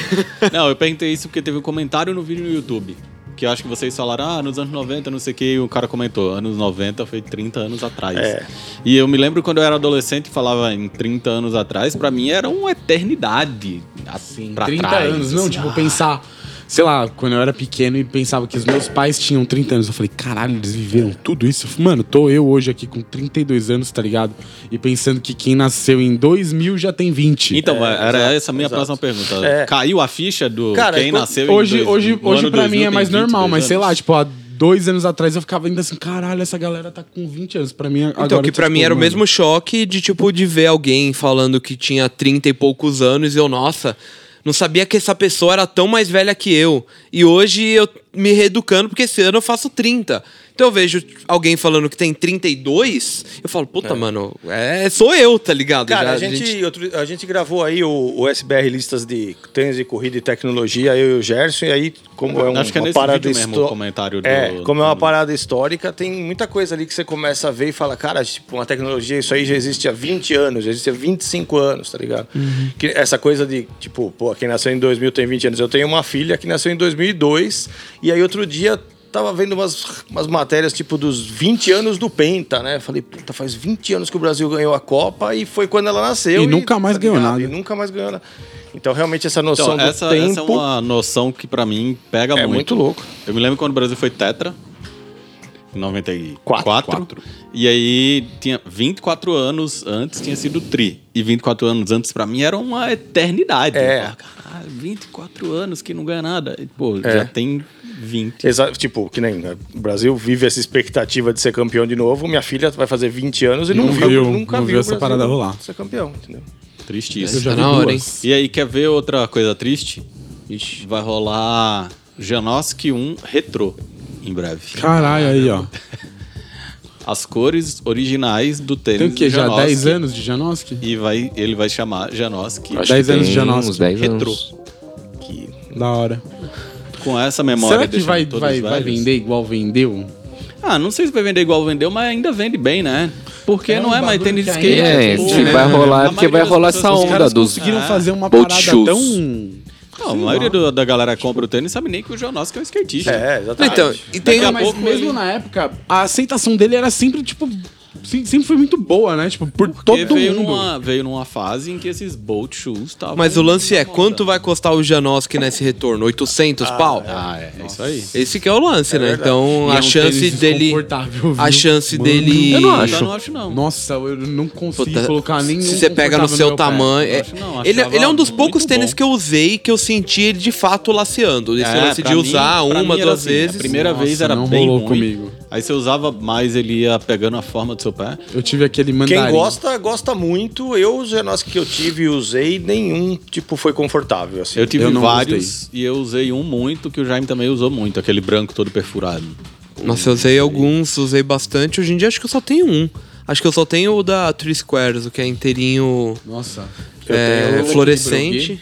S1: Não, eu perguntei isso porque teve um comentário no vídeo no YouTube. Que eu acho que vocês falaram, ah, nos anos 90, não sei o que, e o cara comentou, anos 90 foi 30 anos atrás.
S5: É.
S1: E eu me lembro quando eu era adolescente e falava em 30 anos atrás, pra mim era uma eternidade. Assim, pra
S4: 30
S1: trás,
S4: anos, não,
S1: assim,
S4: tipo,
S1: ah,
S4: pensar. sei lá, quando eu era pequeno e pensava que os meus pais tinham 30 anos, eu falei, caralho, eles viveram tudo isso? Mano, tô eu hoje aqui com 32 anos, tá ligado? E pensando que quem nasceu em 2000 já tem 20.
S1: Então, era essa a minha
S5: exato.
S1: próxima pergunta.
S5: É.
S1: Caiu a ficha do
S5: Cara,
S1: quem
S5: eu-
S1: nasceu
S4: tipo, hoje,
S1: em dois,
S4: hoje,
S1: no
S4: hoje
S1: ano
S4: pra
S1: 2000,
S4: mim é
S1: tem
S4: mais
S1: 22
S4: normal, mas sei
S1: anos.
S4: lá, tipo, há dois anos atrás eu ficava ainda assim, caralho, essa galera tá com 20 anos. Pra mim, agora.
S2: Então, que
S4: eu tô,
S2: pra
S4: tipo,
S2: mim era o
S4: mano,
S2: mesmo choque de, tipo, de ver alguém falando que tinha 30 e poucos anos e eu, nossa, não sabia que essa pessoa era tão mais velha que eu. E hoje eu me reeducando porque esse ano eu faço 30. Então eu vejo alguém falando que tem 32, eu falo, puta, mano, é, sou eu, tá ligado?
S5: Cara,
S2: Já-
S5: a, gente, outro- a gente gravou aí o, o SBR Listas de Tênis de Corrida e Tecnologia, eu e o Gerson, e aí, como é um,
S1: Acho que é
S5: uma
S1: nesse
S5: parada
S1: vídeo mesmo
S5: histó-
S1: o comentário do-
S5: É, como é uma
S1: do-
S5: parada histórica, tem muita coisa ali que você começa a ver e fala, cara, tipo, uma tecnologia, isso aí já existe há 20 anos, já existe há 25 anos, tá ligado?
S4: Uhum.
S5: Que essa coisa de, tipo, pô, quem nasceu em 2000 tem 20 anos. Eu tenho uma filha que nasceu em 2002, e aí outro dia tava vendo umas, umas matérias, tipo, dos 20 anos do Penta, né? Falei, puta, faz 20 anos que o Brasil ganhou a Copa e foi quando ela nasceu. tá
S4: E nunca mais ganhou
S5: ligado?
S4: nada.
S5: E nunca mais ganhou nada. Então, realmente, essa
S4: tipo,
S5: noção
S1: Então,
S5: do
S1: essa,
S5: tempo...
S1: essa é uma noção que pra mim pega
S5: É
S1: muito.
S5: muito louco.
S1: Eu me lembro quando o Brasil foi tetra, em 94.
S5: Quatro.
S1: E aí, tinha 24 anos antes tinha sido tri. E 24 anos antes pra mim era uma eternidade.
S5: É.
S1: Eu falava, Caralho, 24 anos que não ganha nada. E, pô, já tem 20.
S5: Exato, tipo, que nem né, o Brasil vive essa expectativa de ser campeão de novo. Minha filha vai fazer 20 anos e não,
S4: Não
S5: viu,
S4: viu,
S5: nunca
S4: não
S5: viu,
S4: viu
S5: o
S4: essa
S5: Brasil
S4: parada rolar.
S5: Ser campeão, entendeu?
S1: Triste
S4: Eu
S1: isso.
S4: já
S2: Tá
S4: vi
S2: na hora,
S4: duas.
S1: E aí, quer ver outra coisa triste? Vai rolar Janoski 1 Retro em breve.
S4: Caralho, aí, ó.
S1: As cores originais do tênis
S4: Tem o quê?
S1: do
S4: Já
S1: Janoski.
S4: 10 anos de Janoski?
S1: E vai, ele vai chamar Janoski
S3: Acho
S4: 10
S3: que
S4: anos
S3: tem
S4: de Janowski.
S3: Uns 10
S1: Retrô.
S3: anos.
S4: Da hora.
S1: com essa memória.
S4: Será que
S1: deixando
S4: vai,
S1: todos
S4: vai, vai
S1: velhos.
S4: vender igual vendeu?
S1: Ah, não sei se vai vender igual vendeu, mas ainda vende bem, né? Porque não é mais tênis de
S4: um que
S1: skate.
S3: É,
S1: tipo,
S3: se
S1: né?
S3: vai
S1: A
S3: rolar, porque
S1: maioria
S3: vai
S1: das
S3: rolar
S1: pessoas-
S3: essa
S1: os
S3: onda
S1: caras
S3: dos.
S4: Conseguiram fazer uma
S3: boat
S4: parada
S3: shoes.
S4: tão.
S1: Não, a maioria do- da galera que compra o tênis sabe nem que o Janoski é um skatista.
S5: É, exatamente.
S2: Então, e tem
S1: Daqui a
S4: mas
S1: pouco
S4: mesmo
S1: ele-
S4: na época, a aceitação dele era sempre, tipo. se- Sempre foi muito boa, né? Tipo, por
S1: Porque
S4: todo
S1: veio
S4: mundo.
S1: numa, veio numa fase em que esses bolt shoes estavam.
S2: Mas o lance é, quanto vai custar o Janoski nesse retorno? 800 pau?
S1: Ah, é, é isso aí.
S2: Esse que é o lance, né?
S5: verdade.
S2: Então,
S4: E é
S2: a
S4: um
S2: chance
S4: tênis
S2: dele...
S4: desconfortável,
S2: A
S4: viu?
S2: chance
S4: Mano.
S2: dele...
S3: Eu não acho.
S1: Eu não acho, não.
S4: Nossa, eu não consigo
S2: Puta,
S4: colocar nenhum.
S2: Se você pega no
S4: confortável
S2: seu
S4: meu pé.
S2: tamanho.
S1: Eu
S2: é-
S1: acho não,
S2: ele,
S1: achava
S2: ele é um dos poucos
S1: muito
S2: tênis
S1: bom.
S2: que eu usei que eu senti ele de fato laceando. Esse
S1: É,
S2: lance
S1: pra
S2: de
S1: mim- pra
S2: usar uma,
S1: mim era
S2: duas
S1: assim,
S2: vezes.
S1: A primeira
S4: Nossa,
S1: vez era
S4: não
S1: bem
S4: rolou
S1: ruim.
S4: comigo.
S1: Aí você usava mais, ele ia pegando a forma do seu pé.
S4: Eu tive aquele mandarim.
S5: Quem gosta, gosta muito. Eu, os Renos que eu tive e usei, nenhum, tipo, foi confortável, assim.
S1: Eu tive
S4: Eu não
S1: vários e eu usei um muito que o Jaime também usou muito, aquele branco todo perfurado.
S2: Nossa, eu usei alguns, usei bastante. Hoje em dia acho que eu só tenho um. Acho que eu só tenho o da Three Squares, o que é inteirinho
S4: Nossa.
S2: é,
S4: tenho o
S2: fluorescente.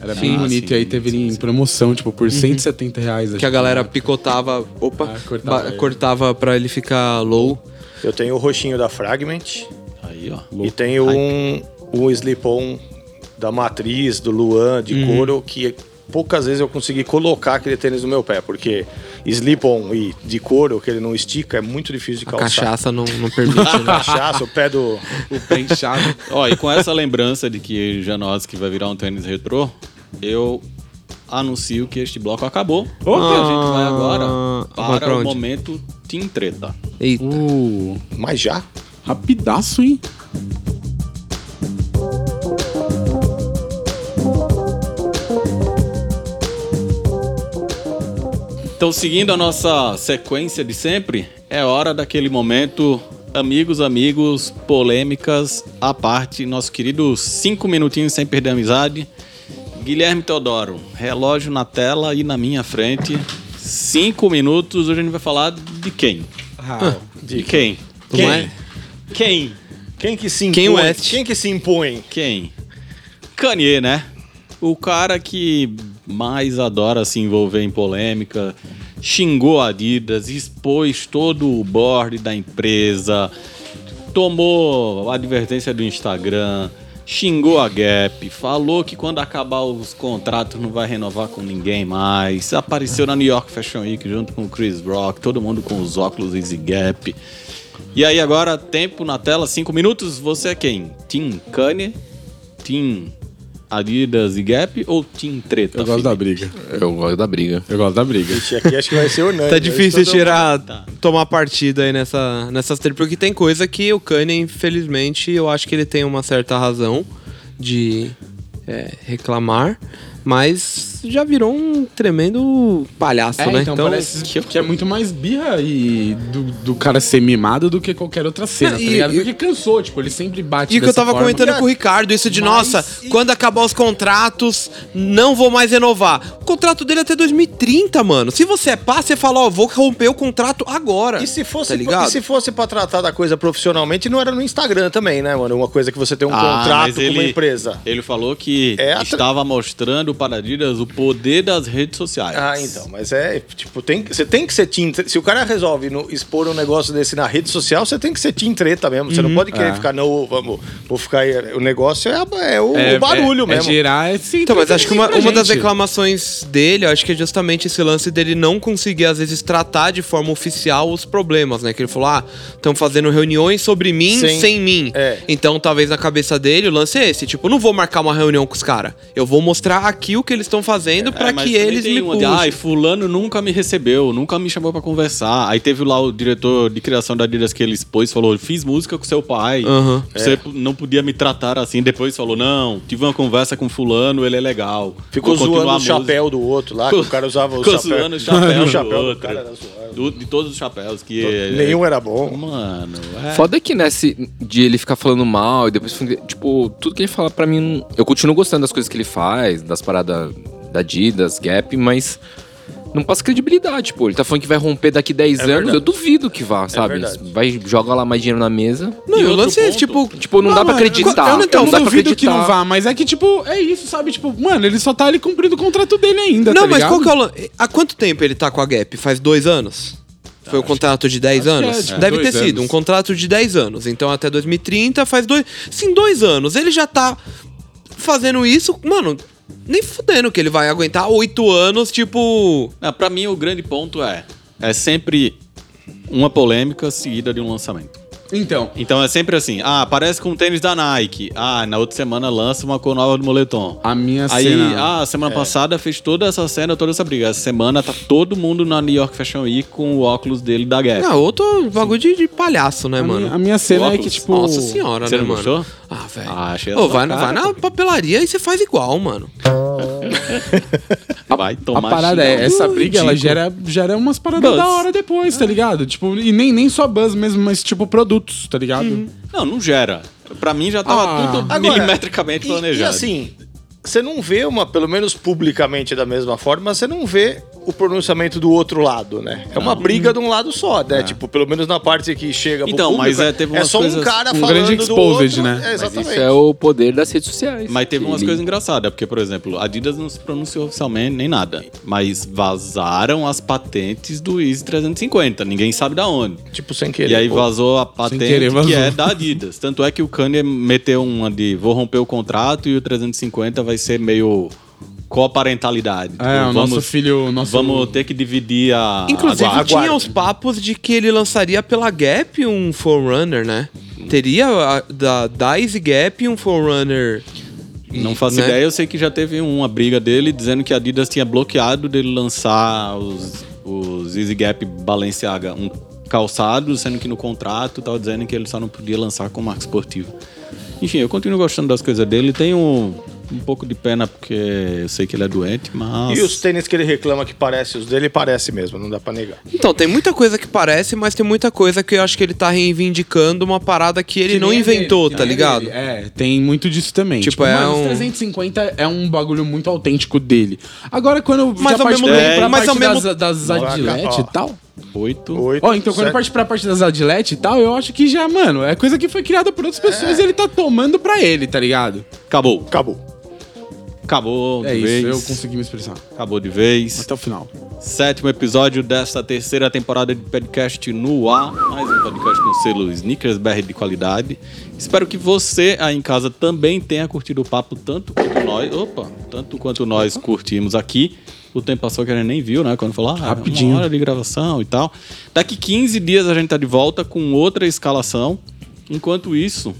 S4: Era
S1: Sim.
S4: bem bonito.
S1: Ah, sim,
S4: e aí teve em promoção, tipo, por 170 reais.
S2: Que a galera picotava. Opa,
S4: Ah, cortava
S2: ba-
S4: ele.
S2: cortava pra ele ficar low.
S5: Eu tenho o roxinho da Fragment
S1: Aí, ó.
S5: e tenho um, um slip-on da Matriz, do Luan, de
S2: Uhum.
S5: couro, que poucas vezes eu consegui colocar aquele tênis no meu pé, porque slip-on e de couro, que ele não estica, é muito difícil de
S2: A
S5: calçar.
S2: cachaça não, não permite. né?
S5: cachaça, o pé do.
S4: O pé inchado.
S1: Ó, e com essa lembrança de que Janoski vai virar um tênis retrô, eu anuncio que este bloco acabou. E a gente vai agora
S2: Vai pra
S1: para o
S2: onde?
S1: momento Team Treta.
S2: Eita.
S4: Uh,
S5: Mas já?
S4: rapidaço, hein?
S1: Então, seguindo a nossa sequência de sempre, é hora daquele momento, amigos, amigos, polêmicas à parte, nosso querido cinco minutinhos sem perder a amizade. Guilherme Teodoro, relógio na tela e na minha frente. Cinco minutos, hoje a gente vai falar de quem? Ah, De quem?
S2: Quem?
S1: Quem? Quem?
S5: Quem que se impõe?
S2: é? Quem West?
S5: Quem que se impõe?
S1: Quem? Kanye, né? O cara que mais adora se envolver em polêmica, xingou a Adidas, expôs todo o board da empresa, tomou advertência do Instagram, xingou a Gap, falou que quando acabar os contratos não vai renovar com ninguém mais, apareceu na New York Fashion Week junto com o Chris Rock, todo mundo com os óculos Easy Gap. E aí agora, tempo na tela, cinco minutos. Você é quem? Tim Kanye? Tim Adidas e Gap ou Team Treta? Ah,
S4: Eu
S1: Felipe?
S4: gosto da briga.
S3: Eu gosto É, da briga.
S4: Eu gosto da briga.
S5: Esse aqui acho que vai ser
S4: É,
S5: né? unânime.
S2: Tá difícil
S5: Todo mundo-
S2: tirar,
S4: Tá.
S2: tomar partida aí nessa, nessas três, porque tem coisa que o Kanye, infelizmente, eu acho que ele tem uma certa razão de é, reclamar, mas já virou um tremendo palhaço, né?
S4: então, parece que, é muito mais birra e do, do cara ser mimado do que qualquer outra cena,
S2: Não,
S4: tá
S2: e-
S4: ligado?
S2: e-
S4: Porque cansou, tipo, ele sempre bate
S2: E o que eu
S4: dessa
S2: tava
S4: forma.
S2: comentando com o Ricardo, isso de, nossa, quando acabar os contratos, não vou mais renovar. O contrato dele é até 2030, mano. Se você é pá, você fala, ó, vou romper o contrato agora.
S5: E se fosse,
S2: tá ligado?
S5: e se fosse pra tratar da coisa profissionalmente, não era no Instagram também, né, mano? Uma coisa que você tem um
S1: Ah, mas
S5: contrato
S1: ele-
S5: com uma empresa.
S1: Ele falou que
S5: É a tra-
S1: estava mostrando para a Adidas o poder das redes sociais.
S5: Ah, então, mas é, tipo, tem, que- você tem que ser team tre- Se o cara resolve no- expor um negócio desse na rede social, você tem que ser team treta mesmo.
S1: Uhum.
S5: Você não pode
S1: É.
S5: querer ficar, não, vamos, vou ficar aí. O negócio é, a- é o, o barulho
S4: é,
S5: mesmo.
S4: É girar esse.
S2: Então, mas acho que uma,
S4: pra
S2: uma das
S4: gente.
S2: reclamações dele, eu acho que é justamente esse lance dele não conseguir, às vezes, tratar de forma oficial os problemas, né? Que ele falou, ah, estão fazendo reuniões sobre mim
S5: Sem-
S2: sem mim.
S5: É.
S2: Então, talvez na cabeça dele, o lance é esse. Tipo, eu não vou marcar uma reunião com os caras. Eu vou mostrar aqui o que eles estão fazendo pra
S1: É, mas
S2: que
S1: também
S2: eles
S1: tem
S2: me
S1: uma de,
S2: puxem.
S1: Ai, fulano nunca me recebeu, nunca me chamou pra conversar. Aí teve lá o diretor de criação da Adidas que ele expôs, falou, fiz música com seu pai,
S2: Aham.
S5: É.
S1: você p- não podia me tratar assim. Depois falou, não, tive uma conversa com fulano, ele é legal.
S5: Ficou
S1: Vou
S5: zoando
S1: continuar a
S5: o
S1: música."
S5: chapéu do outro lá, que o cara usava o
S1: Ficou
S5: chapéu.
S1: zoando o chapéu,
S5: O
S1: do
S5: chapéu do
S1: outro. É,
S5: cara era zoado.
S1: Do- de todos os chapéus que...
S5: Nenhum era bom.
S1: Mano, é...
S3: Foda é que nesse de ele ficar falando mal e depois. Tipo, tudo que ele fala pra mim. não- Eu continuo gostando das coisas que ele faz, das paradas da Adidas, Gap, mas. Não passa credibilidade, pô. Ele tá falando que vai romper daqui 10 anos.
S5: verdade.
S3: Eu duvido que vá, sabe?
S5: verdade.
S3: Vai, joga lá mais dinheiro na mesa.
S2: Não,
S1: E
S2: e o
S1: outro
S2: lance é,
S1: ponto-
S2: tipo...
S3: Tipo, não, dá pra acreditar.
S4: Eu não, então,
S3: dá pra
S4: duvido que não
S3: acreditar.
S4: vá, mas é que, tipo, é isso, sabe? Tipo, mano, ele só tá ali cumprindo o contrato dele ainda,
S2: Não,
S4: tá
S2: mas
S4: ligado?
S2: qual que é o lance? Há quanto tempo ele tá com a Gap? Faz dois anos? Foi um contrato de 10
S4: que
S2: anos?
S4: é, tipo,
S2: Deve ter
S4: dois
S2: sido,
S4: anos.
S2: um contrato de 10 anos. Então até 2030 faz dois. Se em dois anos ele já tá fazendo isso, mano, nem fudendo que ele vai aguentar oito anos, tipo.
S1: Ah, pra mim, o grande ponto é... É sempre uma polêmica seguida de um lançamento.
S4: Então,
S1: Então é sempre assim, ah, aparece com um tênis da Nike. Ah, na outra semana lança uma cor nova do moletom.
S4: a minha
S1: Aí,
S4: cena...
S1: ah, semana passada fez toda essa cena, toda essa briga. Essa semana tá todo mundo na New York Fashion Week com o óculos dele da Gap.
S2: Ah, outro bagulho de, de palhaço, né,
S4: a,
S2: mano?
S4: minha, a minha cena é que,
S1: Óculos.
S4: tipo...
S2: Nossa senhora,
S1: Você
S2: né,
S1: não
S2: mano?
S1: gostou?
S2: Ah, velho.
S1: Ah, achei
S2: Ô,
S1: essa
S2: vai, na-
S1: cara,
S2: vai na papelaria e você faz igual, mano.
S1: Vai
S4: A
S1: tomar
S4: parada é,
S1: chinelo.
S4: essa briga, ela
S1: Ridículo.
S4: gera, gera umas paradas
S1: Buzz.
S4: da hora depois, tá ligado? Tipo, e nem, nem só buzz mesmo, mas tipo produtos, tá ligado?
S1: Não, não gera. Pra mim já tava
S4: Ah.
S1: tudo
S5: Agora,
S1: milimetricamente
S5: e-
S1: planejado.
S5: E, assim, você não vê uma, pelo menos publicamente da mesma forma, você não vê o pronunciamento do outro lado, né? É uma briga de um lado só, né? Tipo, pelo menos na parte que chega pro
S1: É. Então,
S5: público,
S1: mas é, teve
S5: é
S1: umas
S5: só um
S1: coisas-
S5: cara
S4: um
S5: falando
S4: grande
S5: do
S4: exposed,
S5: outro,
S4: né?
S5: É,
S3: Mas
S5: exatamente.
S3: isso é o poder das redes sociais.
S1: Mas teve umas
S3: Ele-
S1: coisas engraçadas, porque, por exemplo, a Adidas não se pronunciou oficialmente nem nada. Mas vazaram as patentes do Easy 350. Ninguém sabe da onde.
S5: Tipo, sem querer.
S1: E aí
S5: pô.
S1: vazou a patente
S4: querer, vazou.
S1: que é da Adidas. Tanto é que o Kanye meteu uma de vou romper o contrato e o 350 vai ser meio coparentalidade. Tipo,
S4: É, o nosso filho... o Nosso...
S1: Vamos ter que dividir a.
S2: Inclusive,
S1: a guarda.
S2: tinha os papos de que ele lançaria pela Gap um Forerunner, né? Teria a- da, da Easy Gap um Forerunner.
S1: Não faço
S2: né?
S1: ideia, eu sei que já teve um, uma briga dele dizendo que a Adidas tinha bloqueado dele lançar os, os Easy Gap Balenciaga um calçado, sendo que no contrato tava dizendo que ele só não podia lançar com marca esportiva. Enfim, eu continuo gostando das coisas dele. Tenho um pouco de pena porque eu sei que ele é doente, mas.
S5: E os tênis que ele reclama que parece os dele, parece mesmo, não dá pra negar.
S2: Então, tem muita coisa que parece, mas tem muita coisa que eu acho que ele tá reivindicando uma parada que ele
S4: Que
S2: não
S4: nem é dele,
S2: inventou,
S4: que
S2: tá
S4: nem é
S2: ligado?
S4: dele. É, tem muito disso também.
S2: Tipo, é
S4: mano, os
S2: um-
S4: 350 é um bagulho muito autêntico dele. Agora, quando
S2: Mas
S4: já
S2: ao
S4: parte
S2: mesmo
S4: dele
S1: tempo-
S4: pra
S2: mas
S4: parte
S2: ao mesmo-
S4: das, das
S5: Bora,
S4: Adilete
S5: ó.
S4: e tal...
S1: Oito.
S5: Oito,
S4: Ó, então quando
S5: sete-
S4: parte pra parte das Adilete e tal, eu acho que já, mano, é coisa que foi criada por outras pessoas e ele tá tomando pra ele, tá ligado?
S1: Acabou.
S5: Acabou.
S1: Acabou de
S4: é
S1: vez.
S4: isso, eu consegui me expressar.
S1: Acabou de vez.
S4: Até o final.
S1: Sétimo episódio desta terceira temporada de podcast no ar. Mais um podcast no selo Sneakers BR de qualidade. Espero que você aí em casa também tenha curtido o papo tanto quanto nós. Opa, tanto quanto nós curtimos aqui. O tempo passou que a gente nem viu, né? Quando falou, ah,
S4: Rapidinho.
S1: uma hora de gravação e tal. Daqui 15 dias a gente tá de volta com outra escalação. Enquanto isso,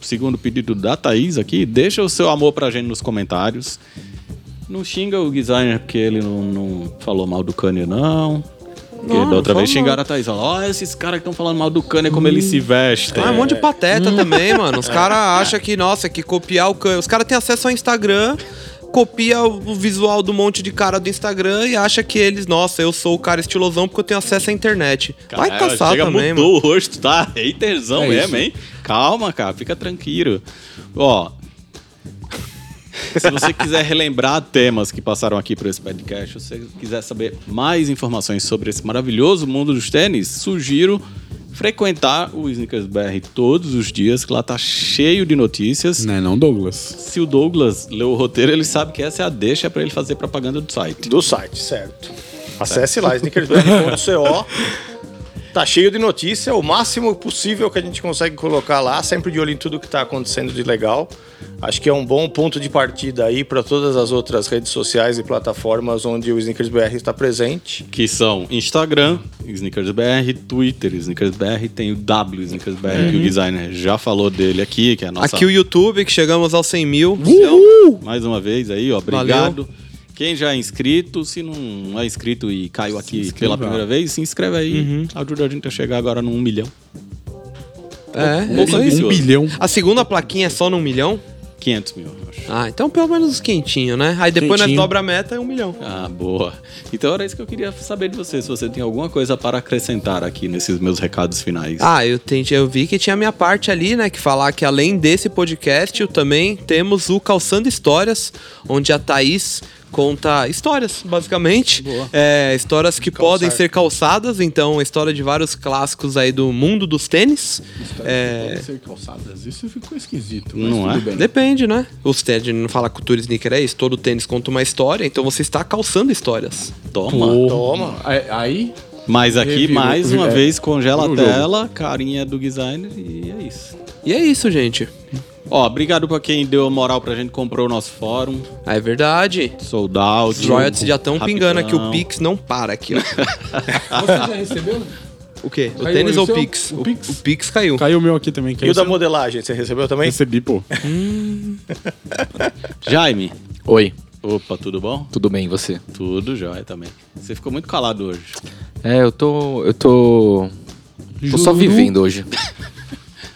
S1: segundo o pedido da Thaís aqui, deixa o seu amor pra gente nos comentários. Não xinga o designer porque ele não, não falou mal do Kanye, não. Porque
S2: Não,
S1: da outra
S2: não
S1: vez
S2: falou
S1: xingaram a Thaís. Ó, "Ó, esses caras que estão falando mal do Kanye, como ele se veste.
S2: Ah, um monte de pateta também, mano. Os caras acham que, nossa, que copiar o Kanye. Os caras têm acesso ao Instagram, copia o visual do monte de cara do Instagram e acha que eles, nossa, eu sou o cara estilosão porque eu tenho acesso à internet. Vai
S1: Caralho,
S2: caçar
S1: chega,
S2: também,
S1: mudou
S2: mano.
S1: o rosto, tá? Haterzão
S4: É
S1: mesmo,
S4: isso.
S1: hein? Calma, cara, fica tranquilo. Ó. Se você quiser relembrar temas que passaram aqui por esse podcast, se você quiser saber mais informações sobre esse maravilhoso mundo dos tênis, sugiro frequentar o Sneakers BR todos os dias, que lá tá cheio de notícias.
S4: Não é não, Douglas?
S1: Se o Douglas leu o roteiro, ele sabe que essa é a deixa pra ele fazer propaganda do site.
S5: Do site, certo. Acesse lá, sneakersblog.co. Tá cheio de notícia, o máximo possível que a gente consegue colocar lá, sempre de olho em tudo que tá acontecendo de legal. Acho que é um bom ponto de partida aí para todas as outras redes sociais e plataformas onde o Sneakers BR está presente.
S1: que são Instagram, SneakersBR, Twitter, SneakersBR, tem o W SneakersBR, que o designer já falou dele aqui, que é a nossa.
S2: Uhum. Aqui o YouTube, que chegamos aos 100 mil. Então,
S1: Mais uma vez aí, ó, obrigado. Quem já é inscrito, se não é inscrito e caiu aqui pela primeira vez, se inscreve aí.
S2: Uhum.
S1: Ajuda a gente a chegar agora no 1 milhão.
S2: é,
S1: pouco
S2: isso aí.
S1: ambicioso.
S4: Um bilhão.
S2: A segunda plaquinha é só no um milhão?
S1: 500 mil, eu acho.
S2: Ah, então pelo menos os quentinhos, né? Aí depois nós
S4: Quentinho.
S2: dobra a meta é um milhão.
S1: Ah, boa. Então era isso que eu queria saber de você, se você tem alguma coisa para acrescentar aqui nesses meus recados finais.
S2: Ah, eu, tentei, eu vi que tinha a minha parte ali, né? Que falar que além desse podcast, eu também temos o Calçando Histórias, onde a Thaís conta histórias, basicamente. É, histórias que podem ser calçadas, então a história de vários clássicos aí do mundo dos tênis. É,
S4: Podem ser calçadas. Isso ficou esquisito.
S1: mas Não tudo é? bem.
S2: Depende, né? Os tênis não fala cultura sneaker, é isso. Todo tênis conta uma história, então você está calçando histórias.
S1: Toma.
S4: Toma. Aí,
S1: Mas aqui,
S4: Revira,
S1: mais uma
S4: é,
S1: vez, congela a
S4: no
S1: tela, carinha do designer e é isso.
S2: E é isso, gente.
S1: Ó, obrigado pra quem deu moral pra gente, comprou o nosso fórum,
S2: É verdade.
S1: sold out.
S2: Os royalties já estão
S1: rapidão.
S2: pingando aqui, o Pix não para aqui, ó.
S4: você já recebeu?
S2: O quê? O
S4: Caiu
S2: tênis
S4: aí o
S2: ou o
S4: seu?
S2: Pix?
S4: O
S2: O,
S4: Pix?
S2: o Pix caiu.
S4: Caiu o meu aqui também.
S5: E
S4: Caiu
S5: o da
S4: seu?
S5: modelagem, você recebeu também?
S4: Recebi, pô.
S1: Jaime.
S3: Oi,
S1: Opa, tudo bom?
S3: tudo bem, e você?
S1: Tudo jóia também. Você ficou muito calado hoje.
S3: É, eu tô. Eu tô. Tô só vivendo hoje.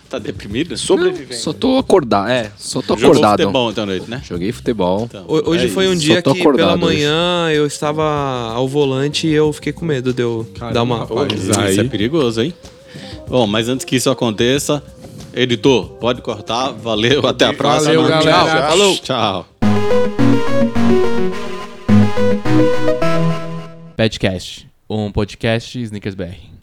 S1: Tá deprimido?
S5: Sobrevivendo.
S3: Só tô acordado. É, só tô
S1: Jogou
S3: acordado. Tá.
S1: futebol ontem à noite, né?
S3: Joguei futebol.
S1: Então,
S2: Ho- Hoje
S1: é
S2: foi um
S1: isso.
S2: dia
S3: Só tô
S2: que pela
S3: acordado hoje.
S2: manhã eu estava ao volante e eu fiquei com medo de eu dar uma.
S4: rapaz.
S1: Isso
S4: Aí.
S1: é perigoso, hein? Bom, mas antes que isso aconteça, editor, pode cortar. Valeu, até a próxima.
S4: Valeu,
S1: Tchau.
S4: galera.
S1: Falou. Tchau.
S6: Petcast, um podcast Snickers BR.